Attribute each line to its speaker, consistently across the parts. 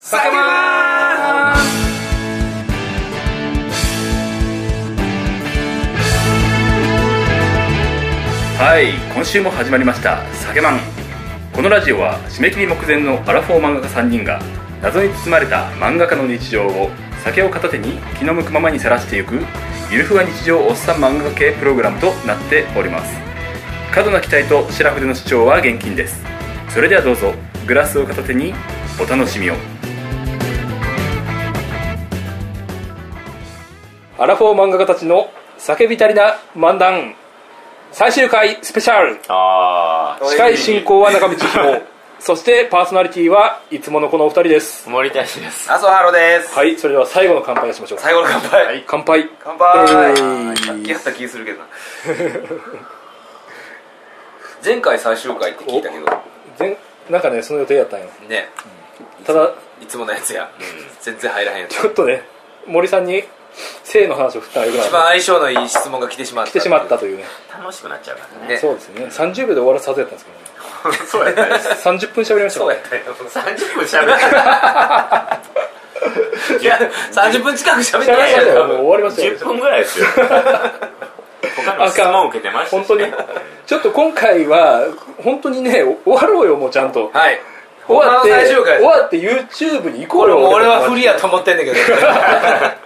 Speaker 1: 叫ばー
Speaker 2: はい今週も始まりました「酒マン」このラジオは締め切り目前のアラフォー漫画家3人が謎に包まれた漫画家の日常を酒を片手に気の向くままにさらしていくゆるふわ日常おっさん漫画家系プログラムとなっております過度な期待と白筆の主張は厳禁ですそれではどうぞグラスを片手にお楽しみをアラフォー漫画家たちの叫びたりな漫談最終回スペシャル
Speaker 3: あ
Speaker 2: 司会進行は中道彦そしてパーソナリティはいつものこのお二人です
Speaker 3: あ森田氏です
Speaker 1: 麻生ハローです、
Speaker 2: はいそれでは最後の乾杯をしましょう
Speaker 1: 最後の乾杯、
Speaker 2: 乾杯
Speaker 1: 乾杯、
Speaker 2: えい
Speaker 1: さっきやった気するけどな 前回最終回って聞いたけど
Speaker 2: 全なんかねその予定やったんよ
Speaker 1: ね
Speaker 2: ただ
Speaker 1: いつものやつや、全然入らへんやつ
Speaker 2: ちょっとね森さんに性の話を振ったらよく
Speaker 1: 一
Speaker 2: な
Speaker 1: 番
Speaker 2: い
Speaker 1: 相性のいい質問が来てしまった
Speaker 2: 来てしまったというね
Speaker 3: 楽しくなっちゃうからね
Speaker 1: ね
Speaker 2: そうですね30秒で終わらすはずやったんですけどね
Speaker 3: そうやった ね
Speaker 2: 30分しゃべりましたか
Speaker 1: そう
Speaker 2: ら
Speaker 1: や
Speaker 2: ね
Speaker 1: ったよ
Speaker 3: 30分しゃべ っ
Speaker 1: いや30分近く喋っ
Speaker 2: 喋り
Speaker 1: て
Speaker 2: ま
Speaker 1: ない
Speaker 2: した
Speaker 1: や
Speaker 2: よ
Speaker 1: ん
Speaker 2: もう終わりました
Speaker 3: て10
Speaker 2: よ
Speaker 3: 分ぐらいで すよ他にも質問を受けてました
Speaker 2: 本
Speaker 3: し
Speaker 2: 当にちょっと今回は本当にね終わろうよもうちゃんと
Speaker 1: はい
Speaker 2: 終わって
Speaker 1: ほんまの最終回
Speaker 2: 終わって YouTube に行こう
Speaker 1: 俺
Speaker 2: よ
Speaker 1: も俺は不利やと思ってんだけ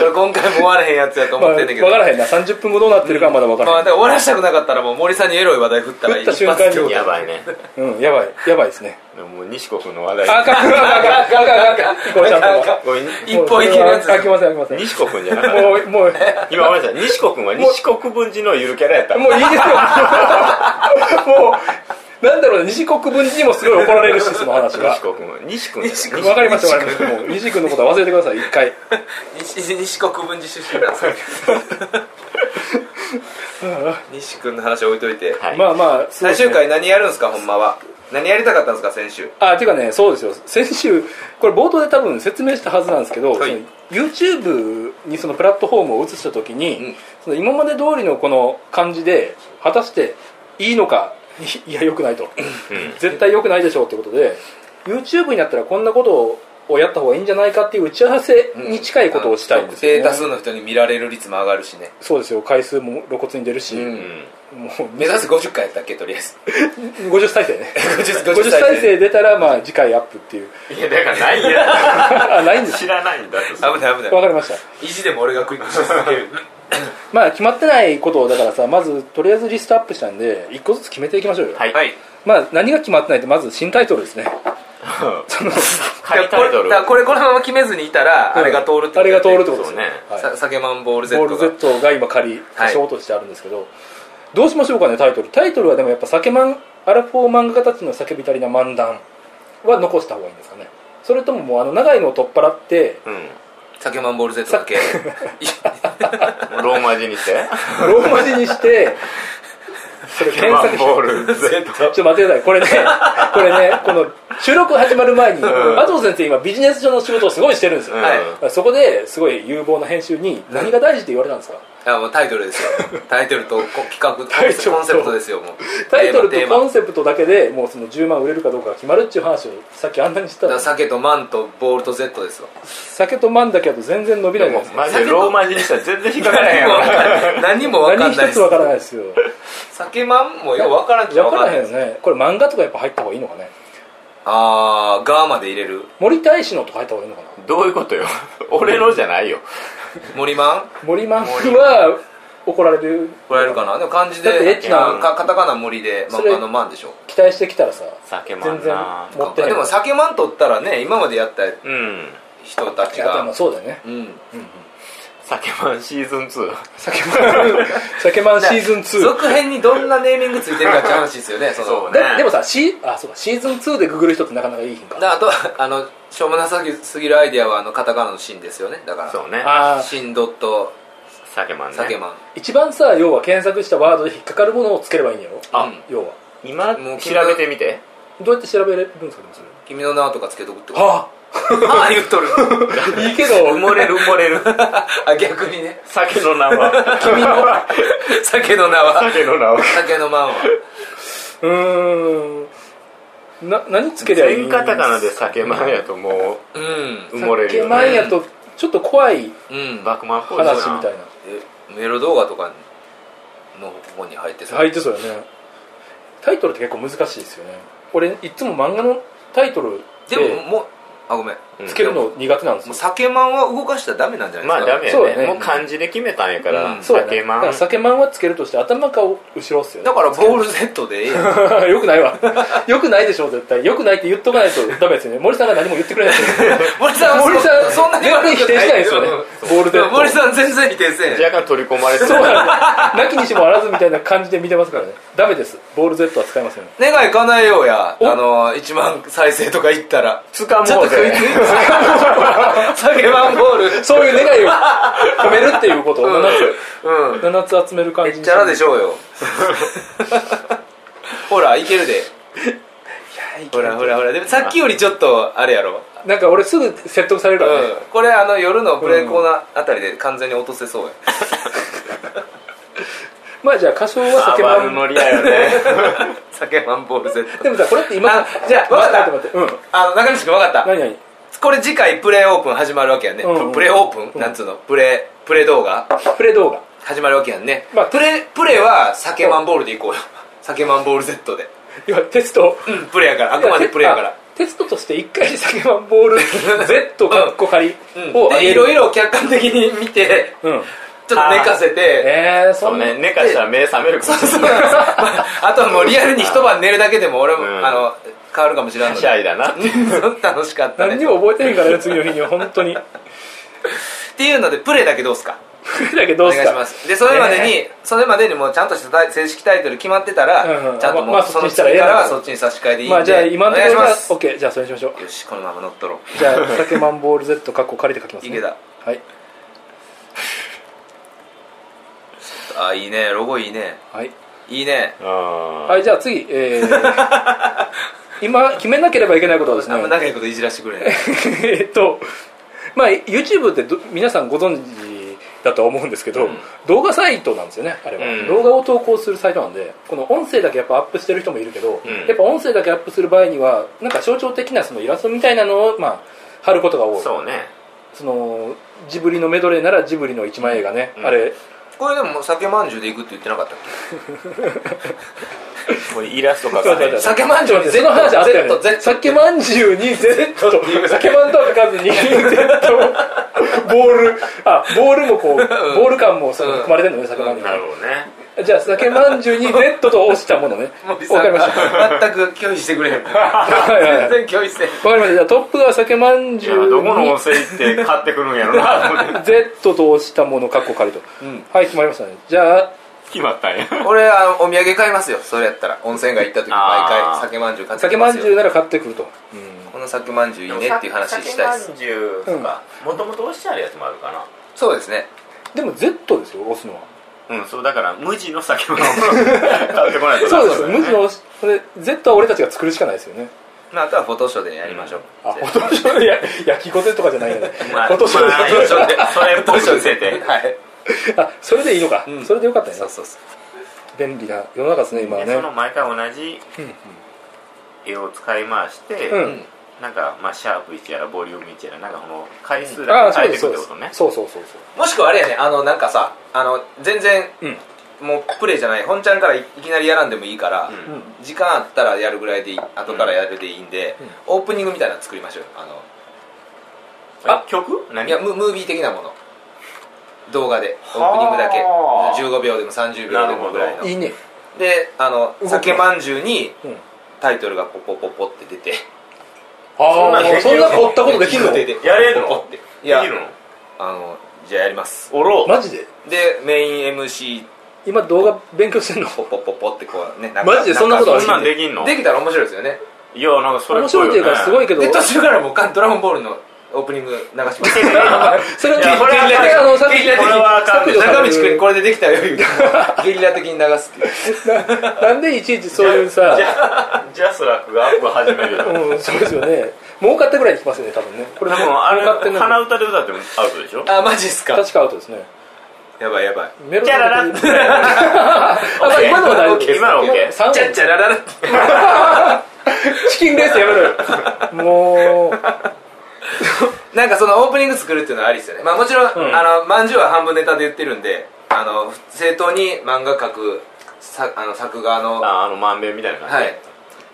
Speaker 1: ど今回も終わらへんやつやと
Speaker 2: ま
Speaker 1: 思
Speaker 2: あ、
Speaker 1: ってんだけど
Speaker 2: 分からへんな30分後どうなってるかはまだ分か
Speaker 1: まあ、
Speaker 2: ら
Speaker 1: だ
Speaker 2: へ
Speaker 1: から終わらしたくなかったらもう森さんにエロい話題振ったら
Speaker 2: 振った瞬間に
Speaker 3: やばいね
Speaker 2: ん、うん、やばいやばいですね
Speaker 3: でももう西子君の話題
Speaker 2: あかんあかんあかんあかんあかんあかんこうちゃんとも
Speaker 3: ごめん
Speaker 1: 一本いけるやつ
Speaker 2: あきませんあきません
Speaker 3: 西子君じゃなかった
Speaker 2: もうもう
Speaker 3: 今ごめんなさい西子君は西国分寺のゆるキャラやった
Speaker 2: もういいですよもうなんだろうね西国分寺にもすごい怒られるしその話は
Speaker 3: 西子君は西君西
Speaker 2: 分かりました分かりましたもう西君のことは忘れてください一回
Speaker 1: 西西国分寺出 身なんですよ西君の話置いといて、
Speaker 3: はい
Speaker 2: まあまあそう
Speaker 1: 最
Speaker 2: ですね
Speaker 1: 終回何やるんですかほんまは何やりたかったんですか先週
Speaker 2: あていうかねそうですよ先週これ冒頭で多分説明したはずなんですけど、
Speaker 1: はい
Speaker 2: その YouTube にそのプラットフォームを移した時に、
Speaker 1: うん
Speaker 2: その今まで通りのこの感じで果たしていいのか いいや良くないと絶対良くないでしょうってことで YouTube になったらこんなことをやった方がいいんじゃないかっていう打ち合わせに近いことをしたいんですよ、ね
Speaker 1: 不特定多数の人に見られる率も上がるしね、
Speaker 2: そうですよ回数も露骨に出るし、
Speaker 1: うん
Speaker 2: も
Speaker 1: 目指す50回やったっけとり あえず
Speaker 2: う50再生ね
Speaker 1: 50,
Speaker 2: 50
Speaker 1: 再
Speaker 2: 再
Speaker 1: 生
Speaker 2: 生出たらまあ次回アップっていう
Speaker 3: いやだからないや
Speaker 2: あないんです
Speaker 3: 知らないんだって
Speaker 1: 危ない危ない
Speaker 2: わかりました
Speaker 1: 意地でも俺が食いました
Speaker 2: まあ決まってないことをだからさまずとりあえずリストアップしたんで一個ずつ決めていきましょうよ、
Speaker 3: はい
Speaker 1: はい
Speaker 2: まあ何が決まってないってまず新タイトルですね
Speaker 3: そ
Speaker 2: の
Speaker 3: タイトル
Speaker 1: だからこれこれこのまま決めずにいたら、あれが通るって
Speaker 2: あれが通るってことで
Speaker 3: そ
Speaker 2: す
Speaker 3: うね
Speaker 2: はい
Speaker 1: さ酒マンボール Z
Speaker 2: ボー
Speaker 1: が
Speaker 2: ル Z が今仮
Speaker 1: はい
Speaker 2: 足音としてあるんですけど、どうしましょうかねタイトルタイトルはでもやっぱ酒マンアラフォー漫画家たちの叫びたりな漫談は残した方がいいんですかねそれとももうあの長いのを取っ払って
Speaker 3: うん
Speaker 1: 酒マンボール Z だけ
Speaker 3: ローマ字にして
Speaker 2: ローマ字にしてそれ検
Speaker 3: マ
Speaker 2: 索
Speaker 3: ン ボール Z
Speaker 2: ちょっと待ってくださいこれねこれねこの収録始まる前に麻生先生今ビジネス上の仕事をすごいしてるんですよ、
Speaker 1: はい
Speaker 2: そこですごい有望な編集に何が大事って言われたんですか
Speaker 1: あもうタイトルですよタイトルとこ企画コン
Speaker 2: タイトル
Speaker 1: セ
Speaker 2: と
Speaker 1: コンセプトですよもう
Speaker 2: タイトルと
Speaker 1: テーマテー
Speaker 2: コ
Speaker 1: マ
Speaker 2: ンセプトだけでもうその10万売れるかどうかが決まるっていう話をさっきあんなにしてた
Speaker 1: だか
Speaker 2: の
Speaker 1: ら酒とマンとボールと Z ですわ
Speaker 2: 酒とマンだけだと全然伸びないじゃないですか
Speaker 3: マジでローマ字にしたら全然引っかからへんやろ
Speaker 1: 何も分か
Speaker 2: 何
Speaker 1: んな
Speaker 2: 一
Speaker 1: いで
Speaker 2: つ
Speaker 1: す
Speaker 2: わからないですよ
Speaker 1: 酒マンもよう分からんきゃ
Speaker 2: わ
Speaker 1: 分
Speaker 2: からへん
Speaker 1: です
Speaker 2: よねこれ漫画とかやっぱ入った方がいいのかね
Speaker 1: あーガーまで入れる
Speaker 2: 森大使のとか入った方がいいのかな
Speaker 3: どういうことよ俺のじゃないよ
Speaker 1: 森マン
Speaker 2: 森マンは怒られる
Speaker 1: こられるかなでも漢字で
Speaker 2: だってエッチ
Speaker 3: な
Speaker 1: かカタカナ森で、ま
Speaker 2: それ
Speaker 1: あのマンでしょ
Speaker 2: 期待してきたらさ
Speaker 3: 酒ま
Speaker 2: 全
Speaker 3: ん
Speaker 2: 然
Speaker 3: な
Speaker 2: 持ってない
Speaker 1: でも酒マン取ったらね今までやった
Speaker 3: うん
Speaker 1: 人たち
Speaker 2: いやで
Speaker 1: が
Speaker 2: もそうだよね
Speaker 1: うん
Speaker 3: 酒まんシーズン2
Speaker 2: 酒マン酒マンシーズン2
Speaker 1: 続編にどんなネーミングついてる かって話ですよねその
Speaker 3: そう
Speaker 2: で
Speaker 3: ね
Speaker 2: でもさシーあそうかシーズン2でググる人ってなかなかいいひんか
Speaker 1: であとはあのしょうもなさすぎるアイディアはあのカタカナのシンですよねだから
Speaker 3: そうね
Speaker 2: あー
Speaker 1: シンドット
Speaker 3: 酒まん
Speaker 1: サケ
Speaker 3: ね
Speaker 1: マン、
Speaker 2: 一番さ要は検索したワードで引っかかるものをつければいいんやろ
Speaker 3: あ
Speaker 1: うん
Speaker 2: 要は
Speaker 3: 今
Speaker 1: もう
Speaker 3: 調べてみて
Speaker 2: どうやって調べれるんですかねそれ
Speaker 1: 君の名はとかつけとくってこと
Speaker 2: あ
Speaker 1: ああ言っと る
Speaker 2: いい け
Speaker 3: 埋
Speaker 2: ど
Speaker 3: もれる埋 もれる
Speaker 1: あ逆にね
Speaker 3: 酒の名は君の
Speaker 1: 酒の名は
Speaker 3: 酒の名は
Speaker 1: 酒のマンは
Speaker 2: うーんな何つけりゃいいん
Speaker 3: 全カタカナで酒前やとも
Speaker 1: うん
Speaker 3: う埋もれるよ、ね、
Speaker 2: 前やとちょっと怖い
Speaker 1: うん
Speaker 3: バクマンっぽいな
Speaker 2: 話みたいな
Speaker 1: えメロ動画とかの方に入ってさ、
Speaker 2: 入ってそうよねタイトルって結構難しいですよね俺いつも漫画のタイトル
Speaker 1: で
Speaker 2: で
Speaker 1: ももうあごめん
Speaker 3: うん
Speaker 2: つけるの苦手なんです
Speaker 1: もう
Speaker 2: よ
Speaker 1: 酒まんは動かしたらダメなんじゃ
Speaker 3: ま
Speaker 1: ない
Speaker 3: あ
Speaker 1: ですか
Speaker 3: ダメ
Speaker 2: そうや
Speaker 3: やね
Speaker 2: ね
Speaker 3: もう漢字で決めたんやから、
Speaker 1: うん
Speaker 2: そうやね
Speaker 3: 酒ま
Speaker 2: だから
Speaker 3: ん
Speaker 2: 酒まんはつけるとして頭か後ろっすよね
Speaker 1: だからボールセットでええやん
Speaker 2: よくないわよくないでしょ絶対よくないって言っとかないとダメですよね森さんが何も言ってくれないですよね
Speaker 1: 森さんは
Speaker 2: 森さん
Speaker 1: そんなに悪
Speaker 2: 全然否
Speaker 1: い人
Speaker 2: 定しないですよねボールで
Speaker 1: 森さん全然否定せんやん
Speaker 3: 若干取り込まれてる
Speaker 2: そうなのなきにしもあらずみたいな感じで見てますからねダメですボール Z は使えませんよ
Speaker 1: 願い叶えようやあ
Speaker 2: お
Speaker 1: の1万再生とかいったら
Speaker 3: つか
Speaker 1: ちょっ
Speaker 3: も
Speaker 1: と
Speaker 3: う
Speaker 1: 食いつ
Speaker 3: ぜ
Speaker 1: いて酒まんボール
Speaker 2: そういう願いを込めるっていうことを7
Speaker 1: うん
Speaker 2: つ7つ集める感
Speaker 1: め
Speaker 2: じ
Speaker 1: っ
Speaker 2: に
Speaker 1: ちゃらでしょうよ ほらいけるでほらほらほらでもさっきよりちょっとあれやろ、
Speaker 2: なんか俺すぐ説得されるからね、
Speaker 1: うん、これあの夜のブレイコーナーあたりで完全に落とせそうや、
Speaker 2: まあじゃあ歌唱は
Speaker 3: あ
Speaker 2: 酒
Speaker 3: バルノ
Speaker 2: まん
Speaker 3: リや よね
Speaker 1: 酒マンボール Z
Speaker 2: でもさこれって今
Speaker 1: あじゃあわかった
Speaker 2: 待って待って待って
Speaker 1: あの中西君分かった
Speaker 2: うん何何
Speaker 1: これ次回プレイオープン始まるわけやんね、
Speaker 2: うんうん
Speaker 1: プレイオープン、なんつうのプレイプレイ動画
Speaker 2: プレ動画
Speaker 1: 始まるわけやんね、
Speaker 2: まあ
Speaker 1: プレイプレイは酒マンボールでいこうよ酒マンボール Z で
Speaker 2: いやテスト
Speaker 1: うんプレイやからあくまでプレイやから
Speaker 2: テストとして一回酒まんボー ル Z かっこ仮
Speaker 1: うん
Speaker 2: をあ
Speaker 1: で
Speaker 2: げ
Speaker 1: い
Speaker 2: る、
Speaker 1: ろいろ客観的に見て
Speaker 2: うん
Speaker 1: ちょっと寝かせて
Speaker 2: えー、そ
Speaker 3: そうん
Speaker 2: な
Speaker 3: ね寝かしたら目覚めるかもしれない
Speaker 1: あとはもうリアルに一晩寝るだけでも俺も、
Speaker 3: うん
Speaker 1: あの変わるかもしれんの
Speaker 3: シャ
Speaker 1: で
Speaker 3: イだなって
Speaker 1: うん楽しかったね
Speaker 2: 何にも覚えてへんからね次の日には本当 に
Speaker 1: っていうのでプレイだけどうすか
Speaker 2: プレだけど
Speaker 1: お
Speaker 2: うす
Speaker 1: 願い
Speaker 2: か
Speaker 1: しますでそれまでに、それまでにもうちゃんとしたタイ正式タイトル決まってたら、
Speaker 2: うんうん
Speaker 1: ちゃんともう、
Speaker 2: まあ
Speaker 1: そ
Speaker 2: そっち
Speaker 1: の
Speaker 2: にしたらええ
Speaker 1: 次
Speaker 2: な
Speaker 1: からはそっちに差し替えでいいんで、
Speaker 2: まあじゃあ今のところが
Speaker 1: お願いします
Speaker 2: OK じゃあそれにしましょう
Speaker 1: よしこのまま乗っとろ
Speaker 2: じ ゃあ酒まんボール Z かっこ仮で書きま
Speaker 1: う
Speaker 2: す
Speaker 1: い
Speaker 2: ね
Speaker 1: けた
Speaker 2: はい
Speaker 1: あいいねロゴいいね
Speaker 2: はい、
Speaker 1: いいね
Speaker 3: あ
Speaker 2: はい、じゃあ次、えー、 今決めなければいけないことはですね
Speaker 1: あんま長いこといじらして くれない
Speaker 2: えっと、まあ、YouTube ってど皆さんご存知だとは思うんですけど、
Speaker 1: うん
Speaker 2: 動画サイトなんですよねあれは、
Speaker 3: うん
Speaker 2: 動画を投稿するサイトなんでこの音声だけやっぱアップしてる人もいるけど、
Speaker 3: うん
Speaker 2: やっぱ音声だけアップする場合にはなんか象徴的なそのイラストみたいなのを、まあ、貼ることが多い
Speaker 3: そうね
Speaker 2: そのジブリのメドレーならジブリの一枚絵がね、
Speaker 3: うん
Speaker 2: あれ
Speaker 1: これでももう酒まんじゅうで行くって言ってなかったっ
Speaker 3: これイラスト描
Speaker 2: そう
Speaker 3: か
Speaker 2: そ
Speaker 3: な
Speaker 2: う
Speaker 3: い
Speaker 2: そう
Speaker 1: け酒まんじゅうに
Speaker 2: その話あったよ
Speaker 1: Z, Z,
Speaker 2: ね酒まんじゅうに Z 酒まんとは書かずに Z ボールあボールもこうボール感もその
Speaker 1: うん
Speaker 2: 含まれてるのね酒まんに
Speaker 3: な
Speaker 2: は
Speaker 3: るほどね
Speaker 2: じゃあ酒まんじゅうに Z と落ちたものねわ
Speaker 1: 森
Speaker 2: かりました
Speaker 1: 全く拒否してくれへん全
Speaker 2: はいはいはいわか
Speaker 1: 然拒否せん
Speaker 2: りましたじゃあトップが酒まん
Speaker 3: い
Speaker 2: じ
Speaker 3: や
Speaker 2: ゅう
Speaker 3: どこの
Speaker 2: に
Speaker 3: 温泉行って買ってくるんやろなと思って
Speaker 2: Z と落ちたものかっこ借りと
Speaker 1: うん
Speaker 2: はい決まりましたねじゃあ
Speaker 3: 決まったんや
Speaker 1: 俺あのお土産買いますよそれやったら温泉街行った時毎
Speaker 3: あ
Speaker 1: 回
Speaker 3: ー
Speaker 1: 酒まんじゅう買ってき
Speaker 2: 酒
Speaker 1: ま
Speaker 2: ますん
Speaker 1: よ
Speaker 2: じゅうなら買ってくると
Speaker 1: この酒まんじゅういいねっていう話したいです
Speaker 3: 酒まんじゅうとかもともと押してあるやつもあるか
Speaker 1: そうですね
Speaker 2: でも Z ですよ押すのは
Speaker 3: なうんそうだから無地の酒まんを 買ってこないと
Speaker 2: そうです無地のそれ Z は俺たちが作るしかないですよね
Speaker 1: まあ、あとはフォトショーでやりましょう、
Speaker 2: あ、 フォトショーでや焼きこてとかじゃないよね。フ
Speaker 3: まあ
Speaker 2: ォトショーで
Speaker 3: まあ
Speaker 1: フォトショーで
Speaker 3: そ れっぽく見せて
Speaker 1: はい
Speaker 2: あ、それでいいのか。
Speaker 1: うん
Speaker 2: それでよかった
Speaker 1: そう
Speaker 2: ね。
Speaker 1: そうそ
Speaker 2: 便利な世の中ですね、今は
Speaker 3: で
Speaker 2: ね
Speaker 3: そ。の毎回同じ絵を使い回して、
Speaker 2: うん
Speaker 1: う、うん、
Speaker 3: なんか、まあ、シャープ1やらボリューム1やらなんかこの回数
Speaker 2: あ
Speaker 3: だ
Speaker 2: あ、
Speaker 3: け
Speaker 2: そう
Speaker 3: 変え
Speaker 2: で
Speaker 3: て
Speaker 2: す、
Speaker 3: いく
Speaker 2: そ
Speaker 3: っ
Speaker 2: う
Speaker 3: て
Speaker 2: で
Speaker 3: こ
Speaker 2: す
Speaker 3: と
Speaker 2: そ
Speaker 3: ね。
Speaker 2: うそうそうそ
Speaker 1: もしくはあれやねあのなんかさあの全然
Speaker 2: う。うん。
Speaker 1: もうプレイじゃない本ちゃんからいいきなりやらんでもいいから、
Speaker 3: うん
Speaker 2: うん。
Speaker 1: 時間あったらやるぐらいでいい後からやるでいいんで、
Speaker 2: うん
Speaker 1: オープニングみたいなの作りましょうよあの
Speaker 3: あ曲何
Speaker 1: いやムムービー的なもの動画でオープニングだけ
Speaker 3: はあ
Speaker 1: 15秒でも30秒でもぐらいの
Speaker 2: いいね。
Speaker 1: であの
Speaker 2: 動く
Speaker 1: 酒まんじゅうに
Speaker 2: うん。
Speaker 1: タイトルがポポポポって出て
Speaker 3: そん
Speaker 2: あ
Speaker 3: なん
Speaker 2: あ、
Speaker 3: でき
Speaker 2: そん
Speaker 3: る
Speaker 2: な凝ったことできんの
Speaker 1: 出て
Speaker 3: やれん
Speaker 1: ポ
Speaker 3: の
Speaker 1: ポってい
Speaker 3: い
Speaker 1: や
Speaker 3: やいいの
Speaker 1: あのじゃあやります
Speaker 3: おろう
Speaker 2: マジで
Speaker 1: でメイン MC
Speaker 2: 今動画勉強 してんの
Speaker 1: ポポポポってこうね
Speaker 2: マジでそんなことある
Speaker 3: そんなんできんの
Speaker 1: できたら面白いですよね
Speaker 3: いやなんかそれ
Speaker 2: 面白いというか、すごい
Speaker 3: け
Speaker 2: けど。
Speaker 1: で途中からもうドラゴンボールのオープニング流します
Speaker 2: それ
Speaker 3: いやこれはあかん
Speaker 2: ねあの、さっき
Speaker 1: ゲリラ的
Speaker 3: これはあかん
Speaker 2: 削
Speaker 3: ね
Speaker 2: 除さ
Speaker 1: 中
Speaker 2: れ
Speaker 1: 道
Speaker 2: る
Speaker 1: 君これでできたよ言うてゲリラ的に流すってい う
Speaker 2: ななんでいちいちそういうさ
Speaker 3: じ、ゃあジャスラックがアップを始めるよ
Speaker 2: うん、そうですよね。儲かったぐらいにきますよね、多分ね。こ
Speaker 3: こ
Speaker 2: れ
Speaker 3: れ
Speaker 2: ね、
Speaker 3: でもあれ
Speaker 2: 儲かってない。
Speaker 3: 鼻歌で歌ってもアウトでしょ
Speaker 1: あマジっすか
Speaker 2: 確かアウトですね。
Speaker 1: やばいやばい
Speaker 2: メロ
Speaker 3: チ
Speaker 2: ディ
Speaker 3: ャララ
Speaker 2: ーだけであまあ今のは大丈夫です
Speaker 3: 今のは OK
Speaker 2: 三音
Speaker 1: ちゃっちゃららら
Speaker 2: チキンレースやめろよもう
Speaker 1: なんかそのオープニング作るっていうのはありですよねまあもちろん、
Speaker 2: うん
Speaker 1: あのまんじゅうは半分ネタで言ってるんであの正当に漫画描くさあの作画のは
Speaker 3: ああのまんべんみたいな感
Speaker 1: い
Speaker 3: じ